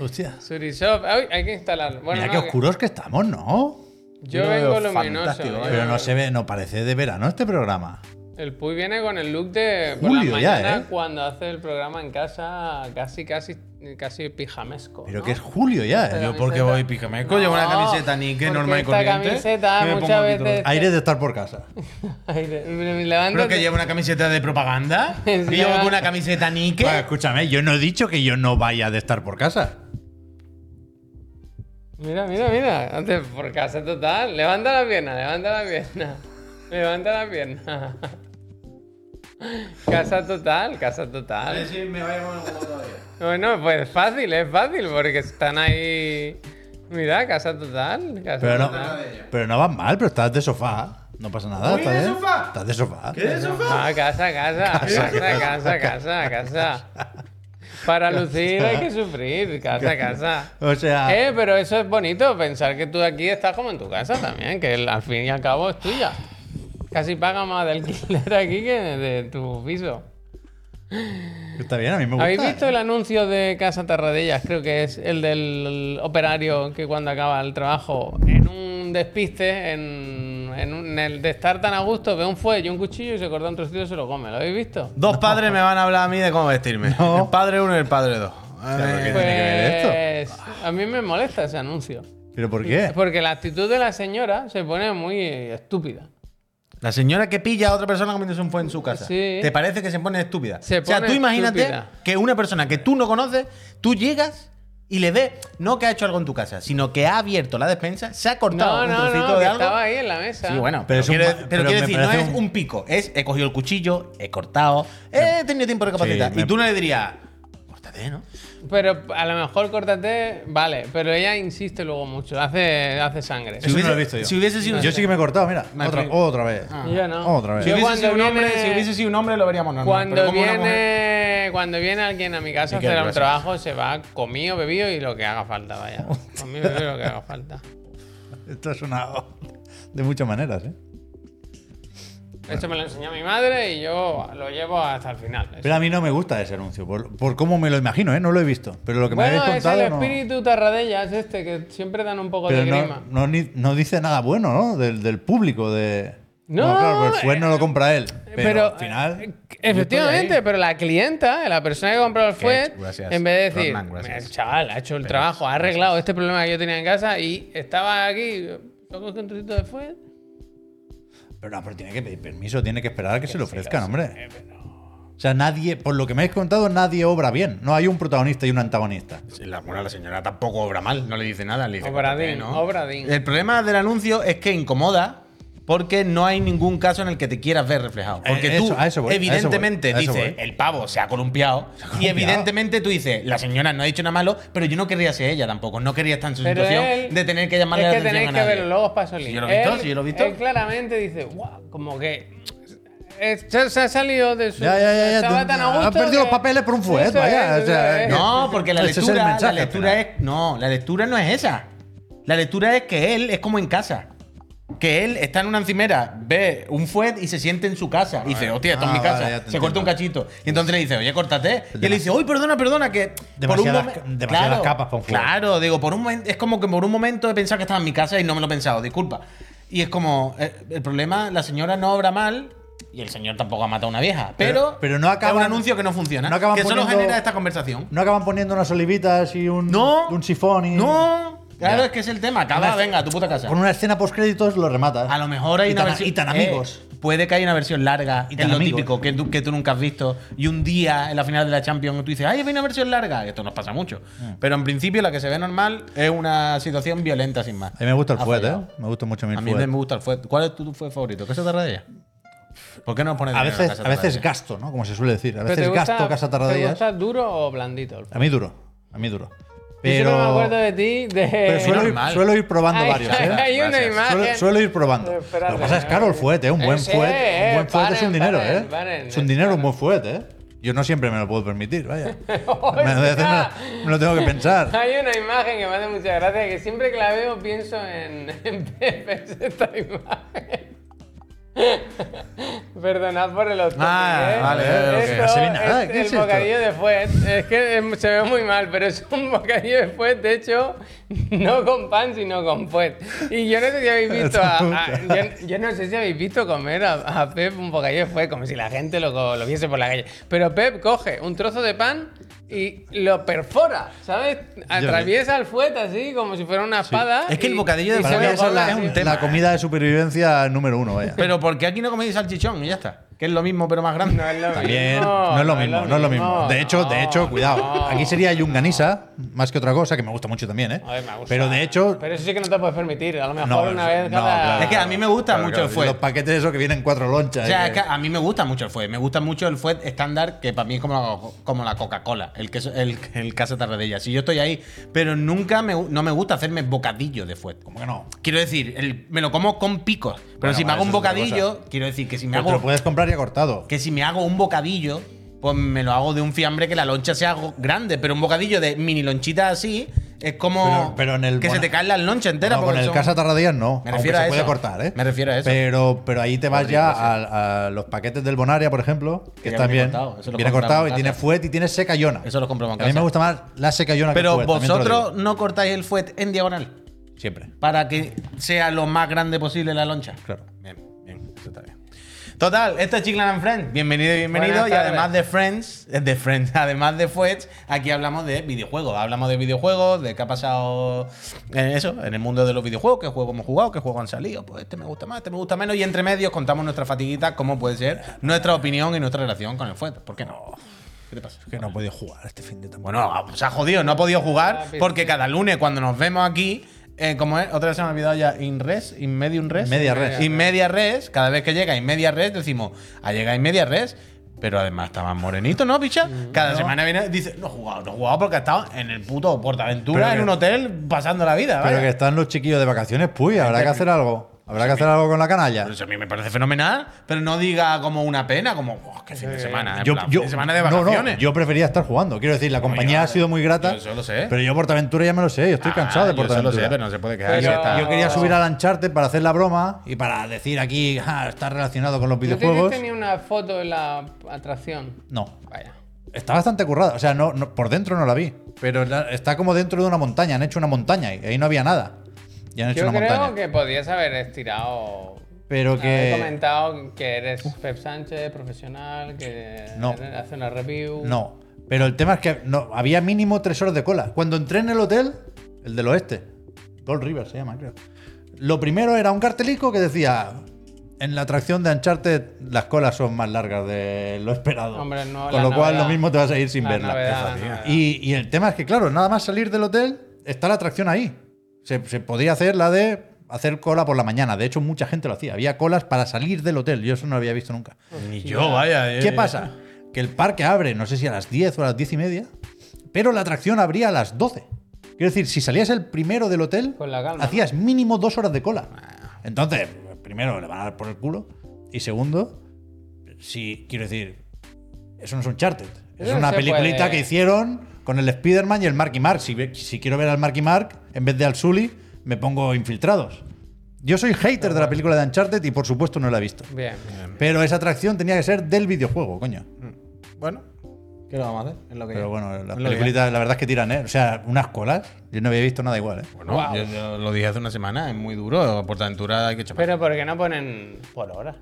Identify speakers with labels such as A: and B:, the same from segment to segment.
A: Hostia.
B: Surishop, ay, hay que instalarlo. Bueno,
A: Mira
B: no,
A: qué
B: que-
A: oscuros que estamos, ¿no?
B: Yo
C: Yo lo
B: vengo ¿eh?
C: veo
B: luminoso.
C: fantástico, ¿eh?
B: yo-
A: Pero no se ve, no parece de verano este programa.
B: El Puy viene con el look de por
A: Julio
B: la
A: ya,
B: mañana
A: ¿eh?
B: cuando hace el programa en casa, casi, casi, casi pijamesco.
A: Pero
B: ¿no?
A: que es julio ya, ¿eh?
B: Pero-
C: Yo porque voy pijameco, llevo una
B: No,
C: camiseta ni que
B: porque
C: normal y
B: esta
C: corriente.
B: camiseta
C: que me
B: muchas
C: pongo aquí
B: veces-
C: todo.
A: Aire de estar por casa.
B: Ay, de- me me levanto.
C: Pero que llevo una camiseta de propaganda
B: Sí,
C: y llevo
B: lleva-
C: con una camiseta Nike.
A: Bueno, escúchame, yo no he dicho que yo no vaya de estar por casa.
B: Mira, mira, mira. Antes por casa total. Levanta la pierna, levanta la pierna. Levanta la pierna. casa total, casa total.
C: si me voy a poner todavía.
B: Bueno, pues fácil, es fácil, porque están ahí. Mira, casa total. Casa
A: Pero no,
B: total.
A: pero no vas mal, pero estás de sofá. No pasa nada.
C: ¿Voy
A: ¿estás
C: de
A: bien?
C: sofá?
A: Estás de sofá.
B: Ah, casa, casa, casa, casa, casa, casa. Para lucir hay que sufrir, casa, casa.
A: O sea,
B: Eh, pero eso es bonito, pensar que tú aquí estás como en tu casa también, que el- al fin y al cabo es tuya. Casi paga más de alquiler aquí que de tu piso.
A: está bien, a mí me gusta.
B: ¿Habéis visto el anuncio de Casa Tarradellas? Creo que es el del operario que cuando acaba el trabajo, en un despiste, en, en un- en el de estar tan a gusto, ve un fuelle y un cuchillo y se corta un trocito y se lo come. ¿Lo habéis visto?
C: Dos padres me van a hablar a mí de cómo vestirme.
A: No.
C: El padre uno y el padre dos. Eh, A
A: Claro
C: ver.
A: que- tiene ver
B: Pues, a mí me molesta ese anuncio.
A: ¿Pero por qué?
B: Porque la actitud de la señora se pone muy eh, estúpida.
C: La señora que pilla a otra persona comiéndose un fuego en su casa.
B: Sí.
C: ¿Te parece que se pone estúpida?
B: Se
C: o sea,
B: pone
C: tú imagínate
B: estúpida.
C: que una persona que tú no conoces, tú llegas y le ves, no que ha hecho algo en tu casa, sino que ha abierto la despensa, se ha cortado
B: No,
C: un
B: no,
C: trocito
B: no, que
C: de algo.
B: estaba ahí en la mesa.
C: Sí, bueno,
A: Pero
C: pero,
A: es un
C: quiero,
A: ma-
C: pero
A: pero
C: quiero
A: me
C: decir, no
A: parece
C: es
A: un-
C: un pico, es he cogido el cuchillo, he cortado, he tenido tiempo de recapacitar.
A: Sí, me-
C: Y tú no le dirías, córtate, ¿no?
B: Pero a lo mejor córtate, vale, pero ella insiste luego mucho, hace, hace sangre.
A: Sí. Eso no lo he visto yo.
C: Si hubiese sido
A: Yo sí que me he cortado, mira.
C: Me
A: Otra,
C: fui. Ah.
A: otra vez.
B: Yo no.
A: Otra vez.
C: Si
B: Yo
C: hubiese,
B: cuando
C: sido un hombre,
B: viene-
C: si hubiese sido un hombre, lo veríamos normal.
B: Cuando
C: pero como una mujer-
B: viene, cuando viene alguien a mi casa a
C: Y qué
B: hacer un
C: gruesas.
B: trabajo, se va comido, bebido y lo que haga falta, vaya. Comido, bebido y lo que haga falta.
A: Esto ha sonado de muchas maneras, ¿eh?
B: Esto me lo enseñó mi madre y yo lo llevo hasta el final.
A: Pero a mí no me gusta ese anuncio, por, por cómo me lo imagino, ¿eh? No lo he visto. Pero lo que me
B: bueno,
A: habéis
B: es el
A: contado. no-
B: espíritu tarradellas este, que siempre dan un poco
A: Pero
B: de
A: no,
B: grima.
A: no, ni- no dice nada bueno, ¿no? Del, del público, de...
B: No,
A: claro, pero el
B: eh,
A: Fuel no lo compra él. Pero,
B: Pero,
A: al final...
B: eh, Efectivamente, pero la clienta, eh, la persona que compró el fuet,
C: gracias,
B: en vez de decir,
C: Rodman, gracias.
B: el chaval ha hecho el trabajo, ha arreglado este problema que yo tenía en casa y estaba aquí, yo cogí un trocito de fuet.
A: Pero no, pero tiene que pedir permiso, tiene que esperar a que se lo ofrezcan,
C: eh,
A: hombre. O sea, nadie, por lo que me habéis contado, nadie obra bien. No hay un protagonista y un antagonista.
C: La, bueno, la señora tampoco obra mal, no le dice nada. Le dice,
B: Obradín,
C: "Córtate, ¿no?".
B: obradín.
C: El problema del anuncio es que incomoda porque no hay ningún caso en el que te quieras ver reflejado. Porque
A: Eh,
C: tú,
A: eso, a eso voy, a eso voy,
C: evidentemente,
A: a eso
C: dices,
A: voy.
C: el pavo se ha columpiado. Y evidentemente tú dices, la señora no ha dicho nada malo, pero yo no querría ser ella tampoco. No quería estar en su
B: Pero
C: situación
B: él-
C: de tener que llamarle
B: es
C: la
B: que
C: atención
B: tenéis
C: a
B: que
C: nadie.
B: ver los ojos pasolín.
C: Sí, yo lo he visto,
B: Él-
C: sí, yo lo he visto.
B: Él claramente dice, wow, como que. es- Se, se ha salido de su.
A: Ya, ya, ya, ya,
B: Estaba
A: tú-
B: tan a
A: has
B: gusto.
A: perdido
B: que-
A: los papeles por un fuet,
B: Eso
A: vaya,
B: es,
A: o sea,
B: eso es.
C: No, porque la
A: Pues, eh, Ese es el
C: lectura,
A: mensaje,
C: la lectura es. No, la lectura no es esa. La lectura es que él es como en casa. Que él está en una encimera, ve un fuet y se siente en su casa. Y dice, hostia, esto
A: Ah,
C: es mi
A: vale,
C: casa.
A: ya te
C: se corta
A: entiendo.
C: un cachito. Y entonces le dice, oye, córtate. Y él dice, uy, perdona, perdona, que.
A: Demasiadas-
C: momen-
A: demasiadas capas para un fuet.
C: Claro, digo, por un momento. Es como que por un momento he pensado que estaba en mi casa y no me lo he pensado, disculpa. Y es como, eh, el problema, la señora no obra mal. Y el señor tampoco ha matado a una vieja. Pero,
A: Pero- pero no
C: es un
A: acaban-
C: anuncio que no funciona.
A: no acaban
C: que solo
A: poniendo-
C: genera esta conversación.
A: No acaban poniendo unas olivitas y un,
C: No.
A: un sifón y...
C: No, claro,
A: Ya.
C: es que es el tema. Acaba,
A: Una-
C: venga, a tu puta casa.
A: Con una escena post-créditos lo rematas.
C: A lo mejor hay
A: Y
C: una
A: tan-
C: versión.
A: y tan
C: eh,
A: amigos.
C: puede que haya una versión larga,
A: Y
C: que
A: tan
C: es lo
A: amigos.
C: típico, que tú, que tú nunca has visto. Y un día en la final de la Champions tú dices, ¡ay, hay una versión larga! Esto nos pasa mucho.
A: Mm.
C: Pero en principio la que se ve normal es una situación violenta, sin más.
A: A mí me gusta el
C: Ha
A: fuet, ¿eh?
C: fallado.
A: Me gusta mucho mi
C: A mí
A: fuet.
C: me gusta el fuet. ¿Cuál es tu tu fuet favorito? ¿Qué se tarda ella? ¿Por qué no pones
A: A
C: dinero en
A: veces,
C: Casa
A: a veces
C: Tarradellas?
A: gasto, ¿no? Como se suele decir. A
B: Pero te
A: veces
B: gusta-
A: gasto casa
B: ¿Te
A: tardarías.
B: gusta duro o blandito? Yo
A: A mí duro. A mí duro.
B: siempre me
A: Pero,
B: acuerdo de ti. De...
A: pero suelo, ir,
C: normal.
A: suelo ir probando
B: Hay-
A: varios, ¿eh?
B: Hay una
C: Gracias.
B: imagen.
A: Suelo, suelo ir probando.
B: Eh, espérate,
A: lo que pasa es caro el fuete, ¿eh? un buen
B: Eh, sí,
A: fuete. Un
B: eh,
A: buen fuete es un
B: paren,
A: dinero,
B: paren,
A: ¿eh?
B: paren.
A: es un dinero, un buen fuete, ¿eh? Yo no siempre me lo puedo permitir, vaya.
B: Hostia.
A: A veces me, me lo tengo que pensar.
B: Hay una imagen que me hace mucha gracia, que siempre que la veo pienso en, en Pepe, es esta imagen. Perdonad por el otro.
C: Ah, vale, vale, ok.
A: No se ve nada,
B: es
A: Ah, ¿qué
B: el
A: es esto?
B: bocadillo de fuet. Es que em, se ve muy mal, pero es un bocadillo de fuet, de hecho, no con pan, sino con fuet. Y yo no sé si habéis visto a, a- yo, yo no sé si habéis visto comer a, a Pep un bocadillo de fuet, como si la gente lo, co- lo viese por la calle. Pero Pep coge un trozo de pan y lo perfora, ¿sabes? Atraviesa el fuet así, como si fuera una espada.
C: Es que el
B: y-
C: bocadillo de
B: y
C: fuet
B: se lo
A: Para mí esa es
B: cola
A: la,
B: así.
C: un tema.
A: la comida de supervivencia número uno, vaya.
C: Pero porque aquí no coméis salchichón y ya está. Que es lo mismo, pero más grande.
B: No es lo
A: También
B: mismo.
A: no es lo mismo, no es lo mismo. De hecho, de hecho,
B: no,
A: cuidado.
B: no.
A: Aquí sería yunganisa, más que otra cosa, que me gusta mucho también, ¿eh?
B: A ver, me gusta.
A: Pero de hecho,
B: Pero eso sí que no te puedes permitir. A lo mejor
A: No,
B: una
A: eso-
B: vez
A: no,
B: cada.
A: claro.
C: Es que a mí me gusta
A: Claro,
C: mucho
A: claro,
C: el fuet.
A: Los paquetes esos que vienen cuatro lonchas. eh,
C: O sea,
A: y
C: es que a mí me gusta mucho el fuet. Me gusta mucho el fuet estándar, que para mí es como la, co- como la Coca-Cola, el queso, el, el casa tarradella. Si yo estoy ahí, pero nunca me, gu- no me gusta hacerme bocadillo de fuet.
A: ¿Cómo que no?
C: Quiero decir, el- me lo como con picos. Pero
A: Bueno,
C: si me
A: vale,
C: hago un
A: eso es otra
C: bocadillo, quiero decir que si me
A: Pero te lo
C: hago
A: puedes comprar ya cortado.
C: que si me hago un bocadillo, pues me lo hago de un fiambre que la loncha sea go- grande. Pero un bocadillo de mini lonchita así es como
A: Pero- pero en el
C: que se
A: bona-
C: te caen las lonchas enteras.
A: No, con
C: porque
A: el
C: son-
A: Casa Tarradías no. aunque
C: Me refiero
A: se
C: a
A: puede
C: eso.
A: cortar, ¿eh?
C: Me refiero a eso.
A: Pero, pero ahí te vas
C: Horrible,
A: ya
C: sí.
A: a, a los paquetes del Bonaria, por ejemplo, que,
C: Que ya
A: están
C: viene
A: bien.
C: cortado, eso lo
A: viene
C: compramos
A: cortado
C: en
A: y tiene
C: casa.
A: fuet y tiene secayona.
C: Eso lo compramos en
A: A mí
C: casa.
A: me gusta más la secayona
C: Pero
A: que el fuet, también te lo
C: vosotros
A: digo.
C: no cortáis el fuet en diagonal
A: Siempre.
C: para que sea lo más grande posible la loncha.
A: Claro.
C: Bien, bien, eso está bien. Total, esto es Chiclan and Friends. Bienvenido y bienvenido.
B: Buenas
C: Y
B: tardes.
C: además de Friends, eh, de Friends, además de Fuets, aquí hablamos de videojuegos. Hablamos de videojuegos, de qué ha pasado en eso, en el mundo de los videojuegos, qué juegos hemos jugado, qué juegos han salido. Pues este me gusta más, este me gusta menos. Y entre medios contamos nuestras fatiguitas, cómo puede ser nuestra opinión y nuestra relación con el Fuet. ¿Por qué no? ¿Qué te pasa?
A: Que no he podido jugar este fin de semana.
C: Bueno, se ha jodido, no ha podido jugar
B: Rápido.
C: porque cada lunes cuando nos vemos aquí, eh, como es, otra vez se me ha olvidado ya, InRes, InMedium Res.
A: Media res.
C: Inmedia Res, cada vez que llega Inmedia Res decimos, ha llegado Inmedia Res, pero además está más morenito, ¿no, picha? Cada semana viene dice, no he jugado, no he jugado porque ha estado en el puto Portaventura,
A: Pero
C: en
A: que-
C: un hotel, pasando la vida,
A: Pero
C: vaya.
A: que están los chiquillos de vacaciones, puy, habrá que hacer algo. Habrá que hacer algo con la canalla.
C: Pero eso a mí me parece fenomenal, pero no diga como una pena, como, "Buah, qué fin de
B: Sí.
C: semana, en
A: Yo-
C: plan,
A: yo-
C: fin de semana de
A: no, no,
C: vacaciones.
A: yo prefería estar jugando. Quiero decir, la compañía
C: yo-
A: ha sido muy grata.
C: yo eso lo sé.
A: Pero yo Portaventura ya me lo sé. Yo estoy
C: Ah,
A: cansado de
C: yo eso lo
A: Portaventura.
C: sé, pero no se puede quedar.
B: Pero-
C: ya está.
A: Yo quería subir al Uncharted para hacer la broma y para decir aquí, ah, está relacionado con los
B: ¿No te
A: videojuegos.
B: viste ni una foto en la atracción?
A: No.
B: Vaya.
A: Está bastante currada. O sea, no, no- por dentro no la vi. Pero la- está como dentro de una montaña. Han hecho una montaña y ahí no había nada. Y han hecho
B: Yo
A: una
B: creo
A: montaña.
B: que podías haber estirado.
A: Pero
B: Haber
A: que.
B: comentado que eres Pep Sánchez, profesional, que
A: No.
B: hace una review.
A: No. Pero el tema es que no, había mínimo tres horas de cola. Cuando entré en el hotel, el del oeste, Gold River se llama, creo. Lo primero era un cartelico que decía: En la atracción de Uncharted, las colas son más largas de lo esperado.
B: Hombre, no,
A: Con
B: la
A: lo cual,
B: novedad.
A: lo mismo te vas a ir sin
B: La
A: verla.
B: novedad, la novedad.
A: Y, y el tema es que, claro, nada más salir del hotel, está la atracción ahí. Se, se podría hacer la de hacer cola por la mañana. De hecho, mucha gente lo hacía. Había colas para salir del hotel. Yo eso no lo había visto nunca.
C: Ni yo, vaya. eh.
A: ¿Qué pasa? Que el parque abre, no sé si a las 10 o a las 10 y media, pero la atracción abría a las 12. Quiero decir, si salías el primero del hotel,
B: Con la calma,
A: hacías mínimo dos horas de cola. Entonces, primero, le van a dar por el culo. Y segundo, si, quiero decir, eso no es un charter. Es
B: Eso no
A: una
B: se
A: peliculita
B: puede.
A: que hicieron con el Spider-Man y el Marky Mark. Si, ve- si quiero ver al Marky Mark, en vez de al Sully, me pongo infiltrados. Yo soy hater de la película de Uncharted y por supuesto no la he visto.
B: Bien.
A: Em, Pero esa atracción tenía que ser del videojuego, coño.
C: Bueno, ¿qué lo vamos a hacer? Es lo que
A: Pero
C: hay.
A: bueno, las
C: Es lo que
A: peliculitas, la verdad es que tiran, ¿eh? O sea, unas colas. Yo no había visto nada igual, ¿eh?
C: hay. Bueno, yo, yo lo dije hace una semana, es muy duro. Portaventura hay que chapar.
B: Pero ¿por qué no ponen por hora?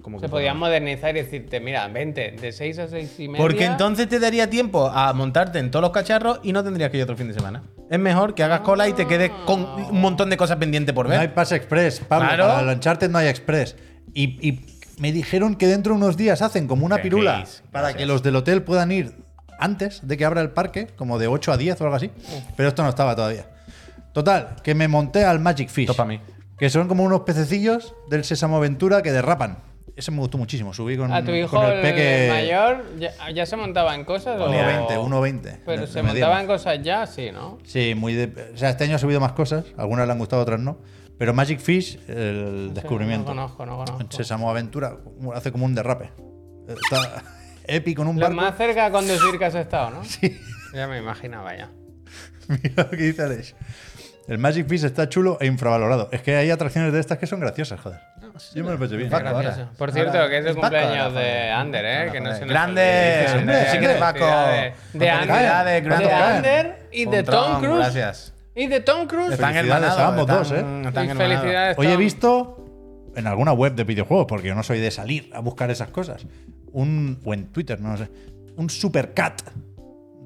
C: Como que
B: Se podían modernizar y decirte, mira, vente, de 6 a 6 y media.
C: Porque entonces te daría tiempo a montarte en todos los cacharros y no tendrías que ir otro fin de semana. Es mejor que hagas cola y te quedes con un montón de cosas pendientes por
A: No hay
C: ver.
A: Pass Express, Pablo.
C: Claro.
A: Para lancharte no hay Express. Y, y me dijeron que dentro de unos días hacen como una
C: Qué
A: pirula
C: gays,
A: para
C: gracias.
A: que los del hotel puedan ir antes de que abra el parque, como de 8 a 10 o algo así. Pero esto no estaba todavía. Total, que me monté al Magic Fish.
C: Topa a mí.
A: Que son como unos pececillos del Sésamo Aventura que derrapan. Ese me gustó muchísimo. Subí con,
B: A tu
A: con
B: hijo
A: el peque.
B: el mayor, ¿ya, ya se montaban cosas? o-
A: 1.20, 1.20.
B: Pero
A: No-
B: se
A: no medía más.
B: montaban cosas ya, sí, ¿no?
A: Sí, muy de- o sea, este año ha subido más cosas, algunas le han gustado, otras no. Pero Magic Fish, el descubrimiento.
B: No conozco, no conozco.
A: Sésamo Aventura como- hace como un derrape. Está épico en un
B: Lo
A: barco.
B: más cerca a conducir que has estado, ¿no? Sí. Ya me imaginaba ya.
A: Mira lo que dice Alex. El Magic Fish está chulo e infravalorado. Es que hay atracciones de estas que son graciosas, joder.
C: no sé si
A: Yo me lo pasé bien.
C: Vasco,
A: Gracias.
C: ahora.
B: Por
C: Ahora,
B: cierto, que es el
C: Vasco ahora,
B: cumpleaños
C: joder.
B: de Ander, ¿eh?
C: Ahora,
B: Que no
C: joder.
B: se nos
C: Grande,
A: hombre,
B: olvide.
A: sí que
B: Grande,
A: eres
C: Vasco.
B: felicidades. De
C: Felicidades,
B: Ander,
C: grande
B: de
A: Vasco.
B: Ander y de
C: Con
B: Tom Cruise.
C: Gracias.
B: Y de Tom Cruise.
A: Felicidades a ambos dos, ¿eh?
B: Y felicidades.
A: Hoy he
B: Tom.
A: visto en alguna web de videojuegos, porque yo no soy de salir a buscar esas cosas, un, o en Twitter, no lo sé, un supercat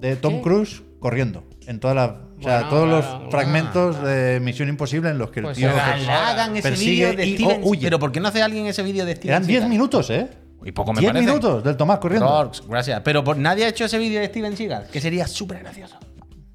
A: de Tom
B: ¿Qué?
A: Cruise corriendo. En todas las, o sea,
B: Bueno,
A: todos los
B: claro.
A: fragmentos de Misión Imposible en los que el
B: Pues
A: tío.
B: será
A: pues,
B: el-
C: Ojalá hagan ese
A: Persigue
C: vídeo de
A: y o
C: Steven.
A: huye.
C: Pero ¿por qué no hace alguien ese vídeo de Steven?
A: Eran 10
C: Seagal?
A: minutos, ¿eh?
C: Y poco me
A: 10
C: parece.
A: minutos del Tomás corriendo.
C: Rorks, gracias. Pero por, nadie ha hecho ese vídeo de Steven Seagal, que sería súper gracioso.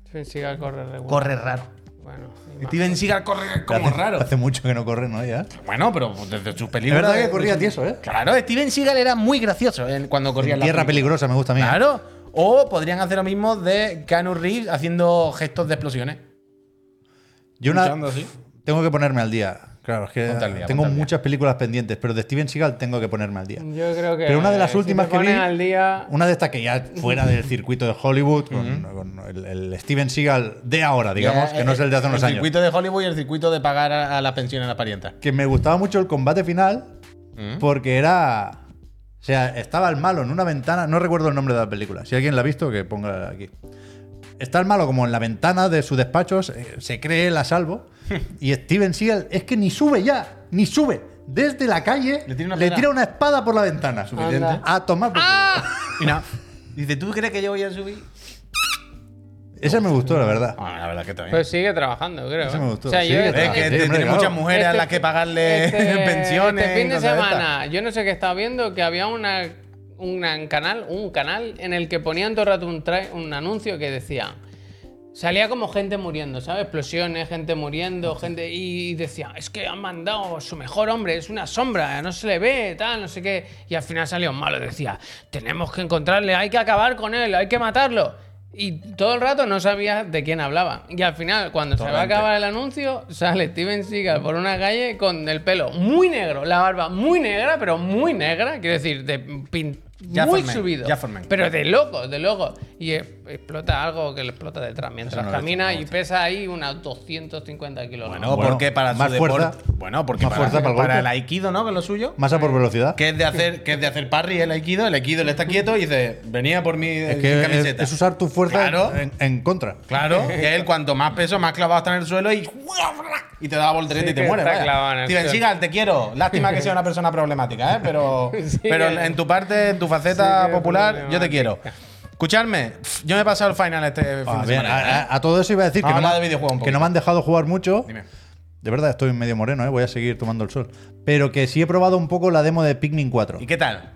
B: Steven Seagal corre regular.
C: Corre raro.
B: Bueno, y más.
C: Steven Seagal corre como
A: hace,
C: raro.
A: Hace mucho que no corre, ¿no? Ya.
C: Bueno, pero desde sus
A: Es
C: películas.
A: verdad
C: de-
A: que corría tieso, ¿eh?
C: Claro, Steven Seagal era muy gracioso en- cuando corría en la
A: Tierra
C: película.
A: peligrosa, me gusta a mí.
C: Claro. O podrían hacer lo mismo de Keanu Reeves haciendo gestos de explosiones.
A: Yo una-
C: Luchando así.
A: tengo que ponerme al día. Claro, es que
C: Ponte al día,
A: tengo
C: ponte al día.
A: muchas películas pendientes, pero de Steven Seagal tengo que ponerme al día.
B: Yo creo que.
A: Pero una de las
B: si te
A: últimas que vi-
B: pones al día.
A: Una de estas que ya fuera del circuito de Hollywood, con, con el, el Steven Seagal de ahora, digamos,
C: Ya,
A: que no
C: eh,
A: es el de hace unos
C: El
A: años.
C: circuito de Hollywood y el circuito de pagar a, a las pensiones a las parientas.
A: Que me gustaba mucho el combate final
C: Mm.
A: porque era. O sea, estaba el malo en una ventana. No recuerdo el nombre de la película. Si alguien la ha visto, que ponga aquí. Está el malo como en la ventana de su despacho, se, se cree la salvo. y Steven Seagal es que ni sube ya, ni sube. Desde la calle
C: Le tira una
A: le
C: pela.
A: tira una espada por la ventana.
C: Suficiente. Ah.
B: Anda.
A: A tomar. por culo.
C: Y nada. Dice, ¿tú crees que yo voy a subir?
A: Esa me gustó, la verdad.
C: Ah, la verdad que también.
B: Pero pues sigue trabajando, creo.
A: Eso
B: ¿eh?
A: me gustó.
B: O sea,
A: Sí,
B: yo.
A: que
C: es que
A: Pues, Sí,
C: tiene
A: hombre, claro.
C: muchas mujeres a
B: Este-
C: las que pagarle
B: este-
C: pensiones.
B: Este fin de
C: cosas estas.
B: semana, yo no sé qué estaba viendo, que había una, una- un canal, un canal en el que ponían todo el rato un, tra- un anuncio que decía. Salía como gente muriendo, ¿sabes? Explosiones, gente muriendo, gente. Y decía, es que han mandado su mejor hombre, es una sombra, no se le ve, tal, no sé qué. Y al final salió malo, decía, tenemos que encontrarle, hay que acabar con él, hay que matarlo. Y todo el rato no sabía de quién hablaba. Y al final, cuando se va a
C: Torrente.
B: acabar el anuncio, sale Steven Seagal por una calle con el pelo muy negro, la barba muy negra, pero muy negra, quiero decir, de pin-
C: Ya
B: muy
C: for men,
B: subido.
C: ya for men.
B: Pero de loco, de loco. Y eh, explota algo que le explota detrás mientras
A: no lo he hecho,
B: camina
A: no lo he
B: y pesa ahí unas 250 kilos.
C: Bueno,
A: Bueno,
C: porque para
A: más
C: su
A: fuerza.
C: deporte- Bueno, porque
A: Más
C: para,
A: fuerza para el golpe.
C: para el aikido, ¿no? Que es lo suyo.
A: Más a por velocidad.
C: Que es de hacer, que es de hacer parry el aikido. El aikido le está quieto y dice, venía por mi eh,
A: Es que es-
C: camiseta.
A: es usar tu fuerza
C: Claro.
A: en, en contra.
C: Claro, que él cuanto más peso, más clavado está en el suelo y, y te da la voltereta
B: Sí,
C: y te
B: que
C: mueres.
B: está
C: vaya.
B: clavado en el
C: Steven
B: suelo.
C: Seagal, te quiero. Lástima que sea una persona problemática, ¿eh? pero,
B: Sí,
C: pero
B: que-
C: en tu parte, en tu faceta
B: Sí, que es
C: popular, yo te quiero. Escuchadme, yo me he pasado el final este fin
A: Ah,
C: de
A: bien,
C: semana.
A: a, a- a todo eso iba a decir que
C: Vamos
A: no,
C: a
A: me-
C: hablar de videojuegos un
A: que no
C: poquito.
A: me han dejado jugar mucho.
C: Dime.
A: De verdad, estoy medio moreno, ¿eh? voy a seguir tomando el sol. Pero que sí he probado un poco la demo de Pikmin 4.
C: ¿Y qué tal?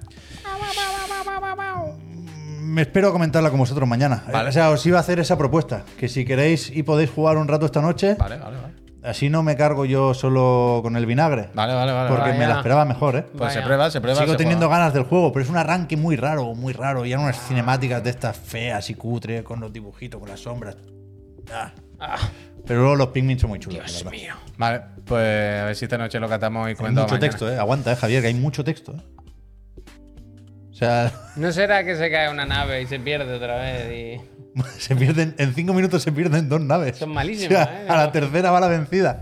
A: Me espero comentarla con vosotros mañana.
C: Vale.
A: Eh, O sea, os iba a hacer esa propuesta. Que si queréis y podéis jugar un rato esta noche,
C: Vale, vale, vale.
A: así no me cargo yo solo con el vinagre.
C: Vale, vale, vale.
A: porque
C: vale.
A: me
B: Vaya.
A: la esperaba mejor, ¿eh?
C: Pues se
B: Vaya.
C: prueba, se prueba.
A: Sigo
C: se
A: teniendo
C: juega.
A: ganas del juego, pero es un arranque muy raro, muy raro. Y eran unas cinemáticas de estas feas y cutres, con los dibujitos, con las sombras. Ah. Pero luego los Pikmin son muy chulos.
B: Dios
A: la verdad.
B: mío.
C: Vale, pues a ver si esta noche lo catamos y
A: Hay
C: comentamos.
A: mucho
C: mañana.
A: texto, ¿eh? Aguanta, ¿eh, Javier, que hay mucho texto. ¿eh? O sea,
B: ¿No será que se cae una nave y se pierde otra vez? Y...
A: se pierden, en cinco minutos se pierden dos naves.
B: Son malísimas,
A: O sea,
B: ¿eh?
A: A la tercera va la vencida.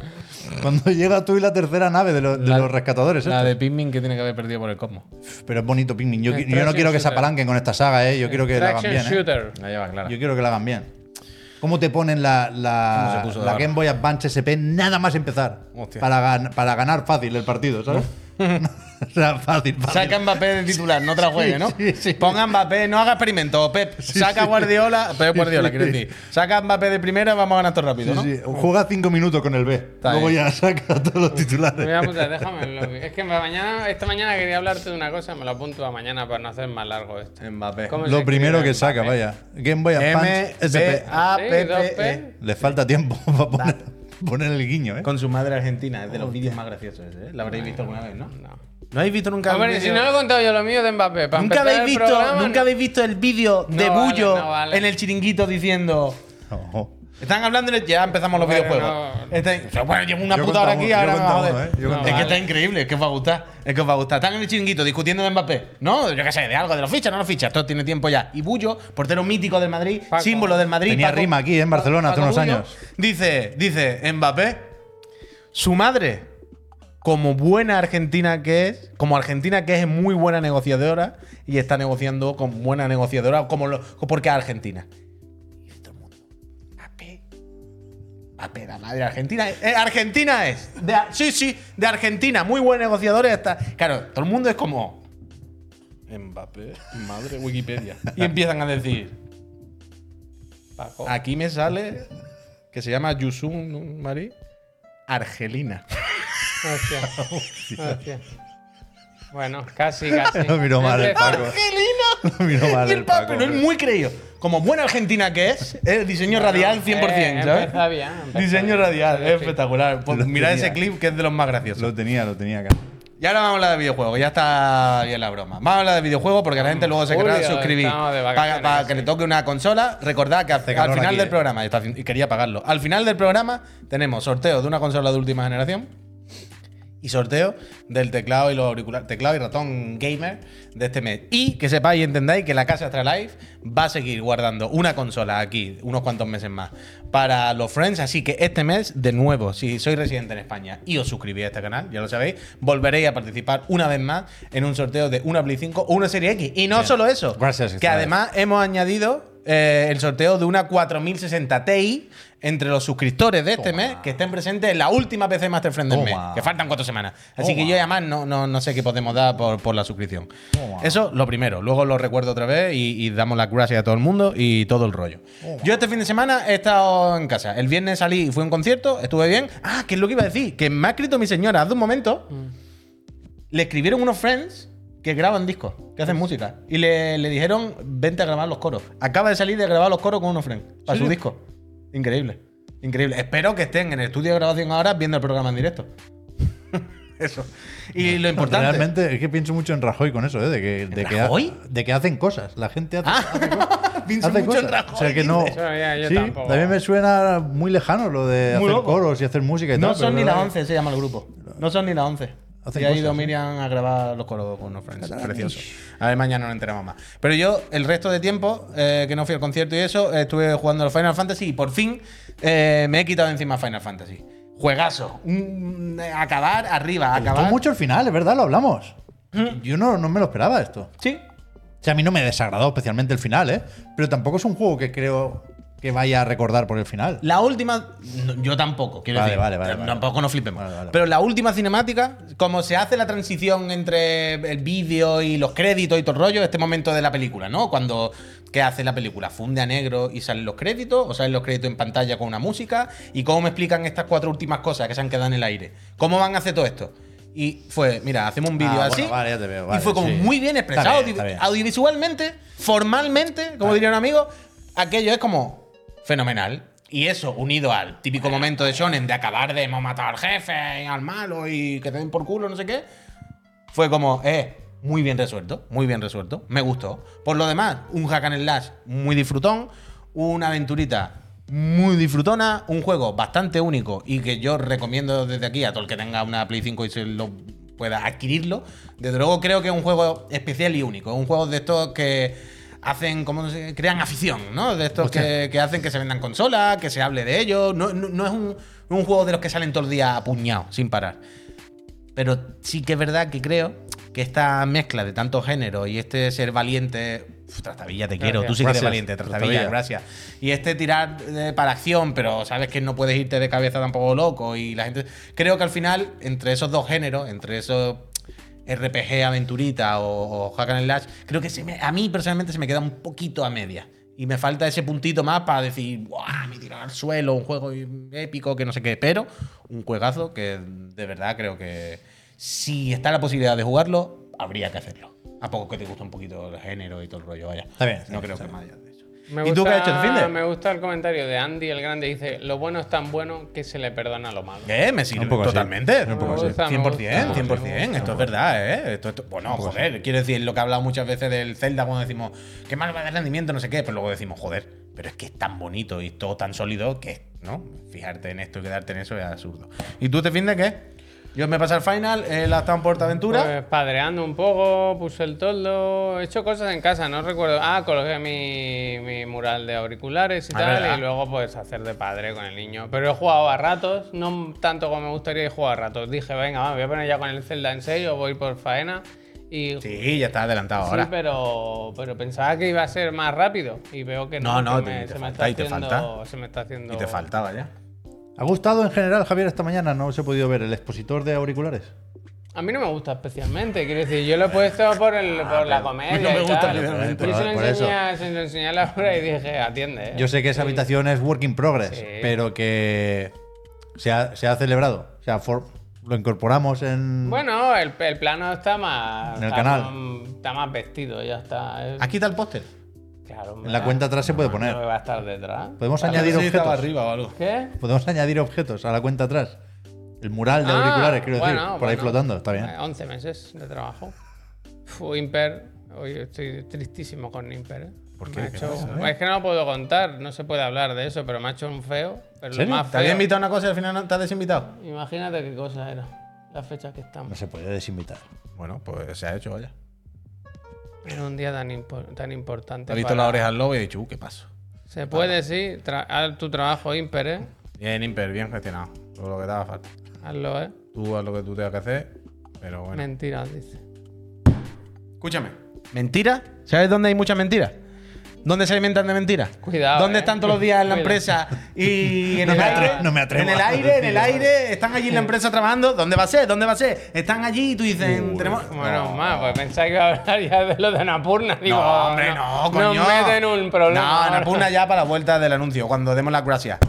A: Cuando llega tú y la tercera nave de, los- de
C: La-
A: los rescatadores.
C: La
A: estos.
C: de Pikmin que tiene que haber perdido por el cosmos.
A: Pero es bonito, Pikmin. Yo, qui- yo no
B: Extraction
A: quiero que se
B: shooter.
A: apalanquen con esta saga, ¿eh? Yo quiero que la hagan
B: Traction
A: bien. ¿eh?
B: Shooter.
C: La lleva clara.
A: Yo quiero que la hagan bien. ¿Cómo te ponen la, la,
C: ¿Cómo se puso
A: la
C: ahora?
A: Game Boy Advance SP nada más empezar?
C: Hostia.
A: Para, gan- para ganar fácil el partido, ¿sabes? o sea, fácil, fácil.
C: Saca Mbappé de titular, no te la juegues, ¿no?
A: sí, sí.
C: Ponga Mbappé, no haga experimento, Pep. Saca Guardiola, Pep Guardiola, quiero decir. Saca Mbappé de primera, vamos a ganar todo rápido,
A: Sí,
C: ¿no?
A: sí. Juega cinco minutos con el B. Luego
C: bien.
A: ya saca a todos los
B: Me voy a
A: titulares.
B: apuntar, déjame el lobby. Es que mañana, esta mañana quería hablarte de una cosa, me lo apunto para mañana para no hacer más largo esto.
C: Mbappé.
B: ¿Cómo
A: Lo
B: se
A: primero
B: escribe
A: que saca,
B: Mbappé?
A: vaya. Game Boy
C: M
A: Advance
C: B
A: SP.
C: A
B: Sí,
C: P
B: dos
C: P E.
B: P.
A: Le falta tiempo para poner, poner el guiño, ¿eh?
C: Con su madre argentina, es de los vídeos más graciosos, ¿eh? Lo habréis visto alguna vez, ¿no?
B: No.
C: ¿No habéis visto nunca
B: Hombre,
C: el
B: si
C: vídeo?
B: no lo he contado yo lo mío de Mbappé. para
C: ¿Nunca
B: empezar
C: habéis
B: el
C: visto,
B: programa,
C: nunca
B: no.
C: habéis visto el vídeo de
B: No vale,
C: Bullo
B: no vale.
C: en el chiringuito diciendo
A: No.
C: Están hablando de- Ya empezamos los
B: Bueno,
C: videojuegos.
B: no.
C: Este- o sea, bueno, llevo una
A: Yo
C: puta hora
A: contaba-
C: aquí,
A: yo
C: ahora me va a
A: contaba
C: joder.
A: uno, ¿eh? Yo
C: No, Es
A: contaba
C: que
A: uno.
C: está increíble, es que os va a gustar. Es que os va a gustar. Están en el chiringuito discutiendo de Mbappé. No, yo qué sé, de algo, de los fichas, no los fichas. Todo tiene tiempo ya. Y Bullo, portero mítico del Madrid,
B: Paco.
C: símbolo del Madrid.
A: Tenía rima aquí, ¿eh? en Barcelona, hace
C: Paco
A: unos
C: Bullo,
A: años.
C: Dice, dice, Mbappé, su madre como buena Argentina que es, como Argentina que es muy buena negociadora y está negociando con buena negociadora, como lo, porque Argentina. Y todo el mundo, Ape. Ape, la madre Argentina. es- eh, Argentina es. De Ar- sí, sí, de Argentina, muy buen negociador. Está, claro, todo el mundo es como. Mbappé, madre Wikipedia. Y empiezan a decir.
B: Paco.
C: Aquí me sale que se llama Yusun Mari. Argelina.
A: Ah,
B: Hostia. Hostia. Bueno, casi, casi. Este
A: Lo miró mal el
B: Siempre-
A: Paco.
C: ¡Argelina!
A: Lo miró mal
C: Y el
A: el
C: Paco,
A: Paco,
C: pero es
A: hombre.
C: muy creído. Como buena argentina que es, es diseño radial 100%,
B: Eh,
C: ¿sabes?
B: empezá bien, empezá
C: diseño
B: bien,
C: radial,
B: empezá
C: es
B: bien.
C: espectacular. Pues
A: Lo
C: mirad
A: tenía.
C: ese clip que es de los más graciosos.
A: Lo tenía, lo tenía acá.
C: Y ahora vamos a hablar de videojuegos, ya está bien la broma. Vamos a hablar de videojuegos porque la gente luego se querrá
B: Julio,
C: suscribir
B: estamos de
C: para,
B: vacaciones,
C: para que
B: sí.
C: le toque una consola. Recordad que al, al
A: calor
C: final
A: aquí,
C: del
A: eh.
C: programa, y está- y quería pagarlo, al final del programa tenemos sorteo de una consola de última generación y sorteo del teclado y los auriculares, teclado y ratón gamer de este mes. Y que sepáis y entendáis que la casa Astralife va a seguir guardando una consola aquí unos cuantos meses más para los friends. Así que este mes, de nuevo, si sois residente en España y os suscribís a este canal, ya lo sabéis, volveréis a participar una vez más en un sorteo de una Play 5 o una Serie X. Y no solo eso,
A: Gracias,
C: que
A: Astralife.
C: además hemos añadido. eh, el sorteo de una 4060 Ti entre los suscriptores de este mes que estén presentes en la última PC Master Friend del mes,
A: Toma.
C: que faltan cuatro semanas. Así
A: Toma.
C: que yo además no, no, no sé qué podemos dar por, por la suscripción.
A: Toma.
C: Eso lo primero. Luego lo recuerdo otra vez y, y damos las gracias a todo el mundo y todo el rollo. Yo este fin de semana he estado en casa. El viernes salí y fui a un concierto, estuve bien. Ah, que es lo que iba a decir, que me ha escrito mi señora hace un momento. Le escribieron unos friends que graban discos, que hacen música. Y le, le dijeron, vente a grabar los coros. Acaba de salir de grabar los coros con unos friends, para su disco. Increíble. Increíble. Espero que estén en el estudio de grabación ahora viendo el programa en directo. Eso. Y lo importante.
A: Realmente es que pienso mucho en Rajoy con eso, ¿eh? De que, de que, ha-
C: Rajoy?
A: de que hacen cosas. La gente hace, hace cosas.
C: Pienso
A: Hace
C: mucho en
A: cosas.
C: Rajoy,
A: O sea que no.
C: dice.
B: Eso ya, yo
A: sí,
B: tampoco.
A: también me suena muy lejano lo de
C: Muy
A: hacer
C: loco.
A: coros y hacer música y
C: No
A: tal. pero
C: son ni
A: es
C: la
A: verdad
C: 11, se llama el grupo. No son ni la 11.
A: Hacen
C: Y ha
A: cosas,
C: ido
A: ¿eh?
C: Miriam a grabar los coros con unos friends. Precioso. A ver, mañana nos enteramos más. Pero yo, el resto de tiempo eh, que no fui al concierto y eso, eh, estuve jugando al Final Fantasy y por fin eh, me he quitado de encima Final Fantasy. Juegazo. Un- eh, acabar arriba,
A: que- Me gustó
C: acabar.
A: mucho el final, es verdad, lo hablamos.
C: Mm.
A: Yo no, no me lo esperaba esto.
C: Sí.
A: O sea, a mí no me desagradó especialmente el final, ¿eh? Pero tampoco es un juego que creo que vaya a recordar por el final.
C: La última. no, yo tampoco, quiero
A: Vale,
C: decir.
A: vale, vale,
C: eh,
A: vale.
C: tampoco nos flipemos.
A: Vale, vale.
C: Pero la última cinemática, como se hace la transición entre el vídeo y los créditos y todo el rollo, este momento de la película, ¿no? Cuando. ¿Qué hace la película? Funde a negro y salen los créditos, o salen los créditos en pantalla con una música. ¿Y cómo me explican estas cuatro últimas cosas que se han quedado en el aire? ¿Cómo van a hacer todo esto? Y fue, mira, hacemos un vídeo
A: Ah,
C: así.
A: bueno, vale, ya te veo,
C: y
A: vale,
C: fue como
A: sí.
C: muy bien expresado,
A: Está bien, está bien. Ah.
C: audiovisualmente, formalmente, como diría un amigo, aquello es como fenomenal. Y eso, unido al típico momento de Shonen de acabar de hemos matado al jefe, y al malo y que te den por culo, no sé qué, fue como, eh, muy bien resuelto, muy bien resuelto, me gustó. Por lo demás, un hack and slash muy disfrutón, una aventurita muy disfrutona, un juego bastante único y que yo recomiendo desde aquí a todo el que tenga una Play 5 y se lo pueda adquirirlo. Desde luego creo que es un juego especial y único, un juego de estos que hacen, como se crean afición, ¿no? De estos
A: Hostia.
C: que, que hacen que se vendan consolas, que se hable de ellos, no, no- no es un, un juego de los que salen todo el día apuñados, sin parar. Pero sí que es verdad que creo que esta mezcla de tantos géneros y este ser valiente. Uf, Trastavilla, te quiero.
B: Gracias.
C: Tú sí que eres
A: Gracias,
C: valiente, Trastavilla,
A: Trastavilla.
C: gracias. Y este tirar eh, para acción, pero sabes que no puedes irte de cabeza tampoco loco. Y la gente. Creo que al final, entre esos dos géneros, entre esos RPG, aventurita o, o hack and slash, creo que se me- a mí personalmente se me queda un poquito a media. Y me falta ese puntito más para decir, ¡guau! Me tiran al suelo, un juego épico, que no sé qué. Pero un juegazo que de verdad creo que si está la posibilidad de jugarlo, habría que hacerlo. A poco que te guste un poquito el género y todo el rollo, vaya.
A: Está bien, está
C: no
A: bien,
C: creo
A: está
C: que más
A: bien.
C: allá de eso.
B: Me
C: ¿Y tú qué has hecho el fin de?
B: Me gusta el comentario de Andy el Grande. Dice: Lo bueno es tan bueno que se le perdona lo malo.
C: ¿Qué? Eh, Me sirve
A: Un poco así.
C: totalmente.
A: Un
B: poco así.
C: 100%,
B: Me gusta, me
C: 100%,
B: gusta, me gusta.
C: Esto es verdad, ¿eh? Esto, esto- bueno, joder, quiero decir lo que he hablado muchas veces del Zelda cuando decimos que mal va de rendimiento, no sé qué, pero luego decimos, joder, pero es que es tan bonito y todo tan sólido que, ¿no? Fijarte en esto y quedarte en eso es absurdo. ¿Y tú te fin de qué? Yo me pasé al final, él ha estado en Portaventura.
B: Pues padreando un poco, puse el toldo, he hecho cosas en casa, no recuerdo. Ah, coloqué mi, mi mural de auriculares y
C: Ah,
B: tal,
C: ¿verdad?
B: y luego pues hacer de padre con el niño. Pero he jugado a ratos, no tanto como me gustaría he jugado a ratos. Dije, venga, va, me voy a poner ya con el Zelda en serio, voy por faena. Y
C: sí, ya está adelantado
B: Sí,
C: ahora.
B: pero, pero pensaba que iba a ser más rápido y veo que no.
C: No, no,
B: que
C: te-
B: me-
C: te
B: se, me
C: falta
B: está
C: y te
B: haciendo,
C: falta.
B: se me está haciendo.
C: Y te faltaba ya.
A: ¿Ha gustado en general, Javier, esta mañana? No os he podido ver el expositor de auriculares.
B: A mí no me gusta especialmente, quiero decir, yo lo he puesto por, el, por
C: Ah,
B: la comedia.
C: no me
B: y
C: gusta
B: tal.
C: especialmente.
B: Yo se lo,
A: Por
B: enseñé, a- se lo enseñé a Laura y dije, atiende. eh".
A: Yo sé que esa habitación es work in progress,
B: Sí.
A: pero que se ha, se ha celebrado. O sea, for- lo incorporamos en.
B: Bueno, el, el plano está más.
A: En el
B: está
A: canal.
B: más- está más vestido, ya está. es-
C: ¿Has quitado el póster?
B: claro,
A: en la
B: hombre,
A: cuenta atrás se puede
B: no me
A: poner.
B: va a estar detrás.
A: Podemos
C: No sé
A: añadir
C: si estaba
A: objetos.
C: arriba o algo.
B: ¿Qué?
A: Podemos añadir objetos a la cuenta atrás. El mural de
B: Ah,
A: auriculares, quiero decir.
B: bueno,
A: por ahí
B: bueno.
A: flotando, está bien.
B: Eh, 11 meses de trabajo. Fue Imper. Hoy estoy tristísimo con Imper. ¿eh?
A: ¿Por
B: Me
A: qué?
B: ha
A: ¿Qué
B: hecho-
A: pasa,
B: Es que no lo puedo contar, no se puede hablar de eso, pero me ha hecho un feo. Pero lo
A: serio?
B: más
C: Te había
B: feo.
C: invitado a una cosa y al final no te has desinvitado.
B: Imagínate qué cosa era. La fecha que
A: No
B: estamos.
A: se puede desinvitar.
C: Bueno, pues se ha hecho, vaya.
B: En un día tan, impo- tan importante.
C: He visto
B: para-
C: la oreja al lobo y he dicho, uh, ¿qué pasó?
B: Se
A: Ah,
B: puede, sí. tra- Haz tu trabajo, Imper, ¿eh?
C: Bien, Imper, bien gestionado. Todo lo que te haga falta.
B: Hazlo, ¿eh?
C: Tú haz lo que tú tengas que hacer, pero bueno.
B: Mentiras, dice.
C: Escúchame. ¿Mentira? ¿Sabes dónde hay mucha mentira? ¿Dónde se alimentan de mentiras?
B: Cuidado,
C: ¿Dónde
B: eh.
C: están todos los días en la
B: Cuidado.
C: empresa y en
A: No
C: el
A: me
C: aire?
A: atre- no me atrevo
C: En el
A: a
C: aire, en el
A: decirlo.
C: aire. Están allí en la empresa trabajando. ¿Dónde va a ser? ¿Dónde va a ser? Están allí y tú dices, tenemos.
B: Bueno, más, pues pensaba que iba a hablar ya de lo de Napurna. Digo,
C: No, hombre, no, coño.
B: Nos meten un problema.
C: No,
B: ahora.
C: Napuna ya para la vuelta del anuncio, cuando demos las gracias.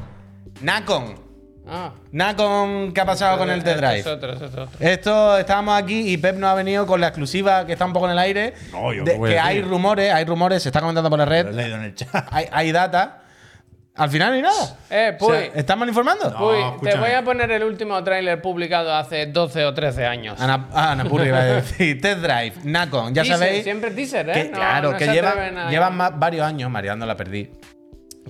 C: Nacon.
B: Ah.
C: Nacon, ¿qué ha pasado con el
B: este Es
C: T-Drive?
B: otro, es otro.
C: Esto, estábamos aquí y Pep nos ha venido con la exclusiva que está un poco en el aire.
A: No, yo
C: de-
A: qué voy a
C: que
A: decir.
C: hay rumores, hay rumores, se está comentando por la
A: Lo he
C: red.
A: leído en el chat.
C: Hay, hay data. Al final ni nada.
B: Eh,
C: O sea,
B: Puy,
C: ¿Están mal informando?
B: Puy, te
A: escúchame.
B: voy a poner el último tráiler publicado hace 12 o 13 años.
C: Ana, ah, Ana Purri iba a decir. T-Drive, Nacon, ya
B: Teaser,
C: sabéis.
B: Siempre teaser, ¿eh?
C: Que,
B: No,
C: claro,
B: no
C: que
B: se
C: llevan,
B: atreven a-
C: llevan más- varios años, Mariano la perdí,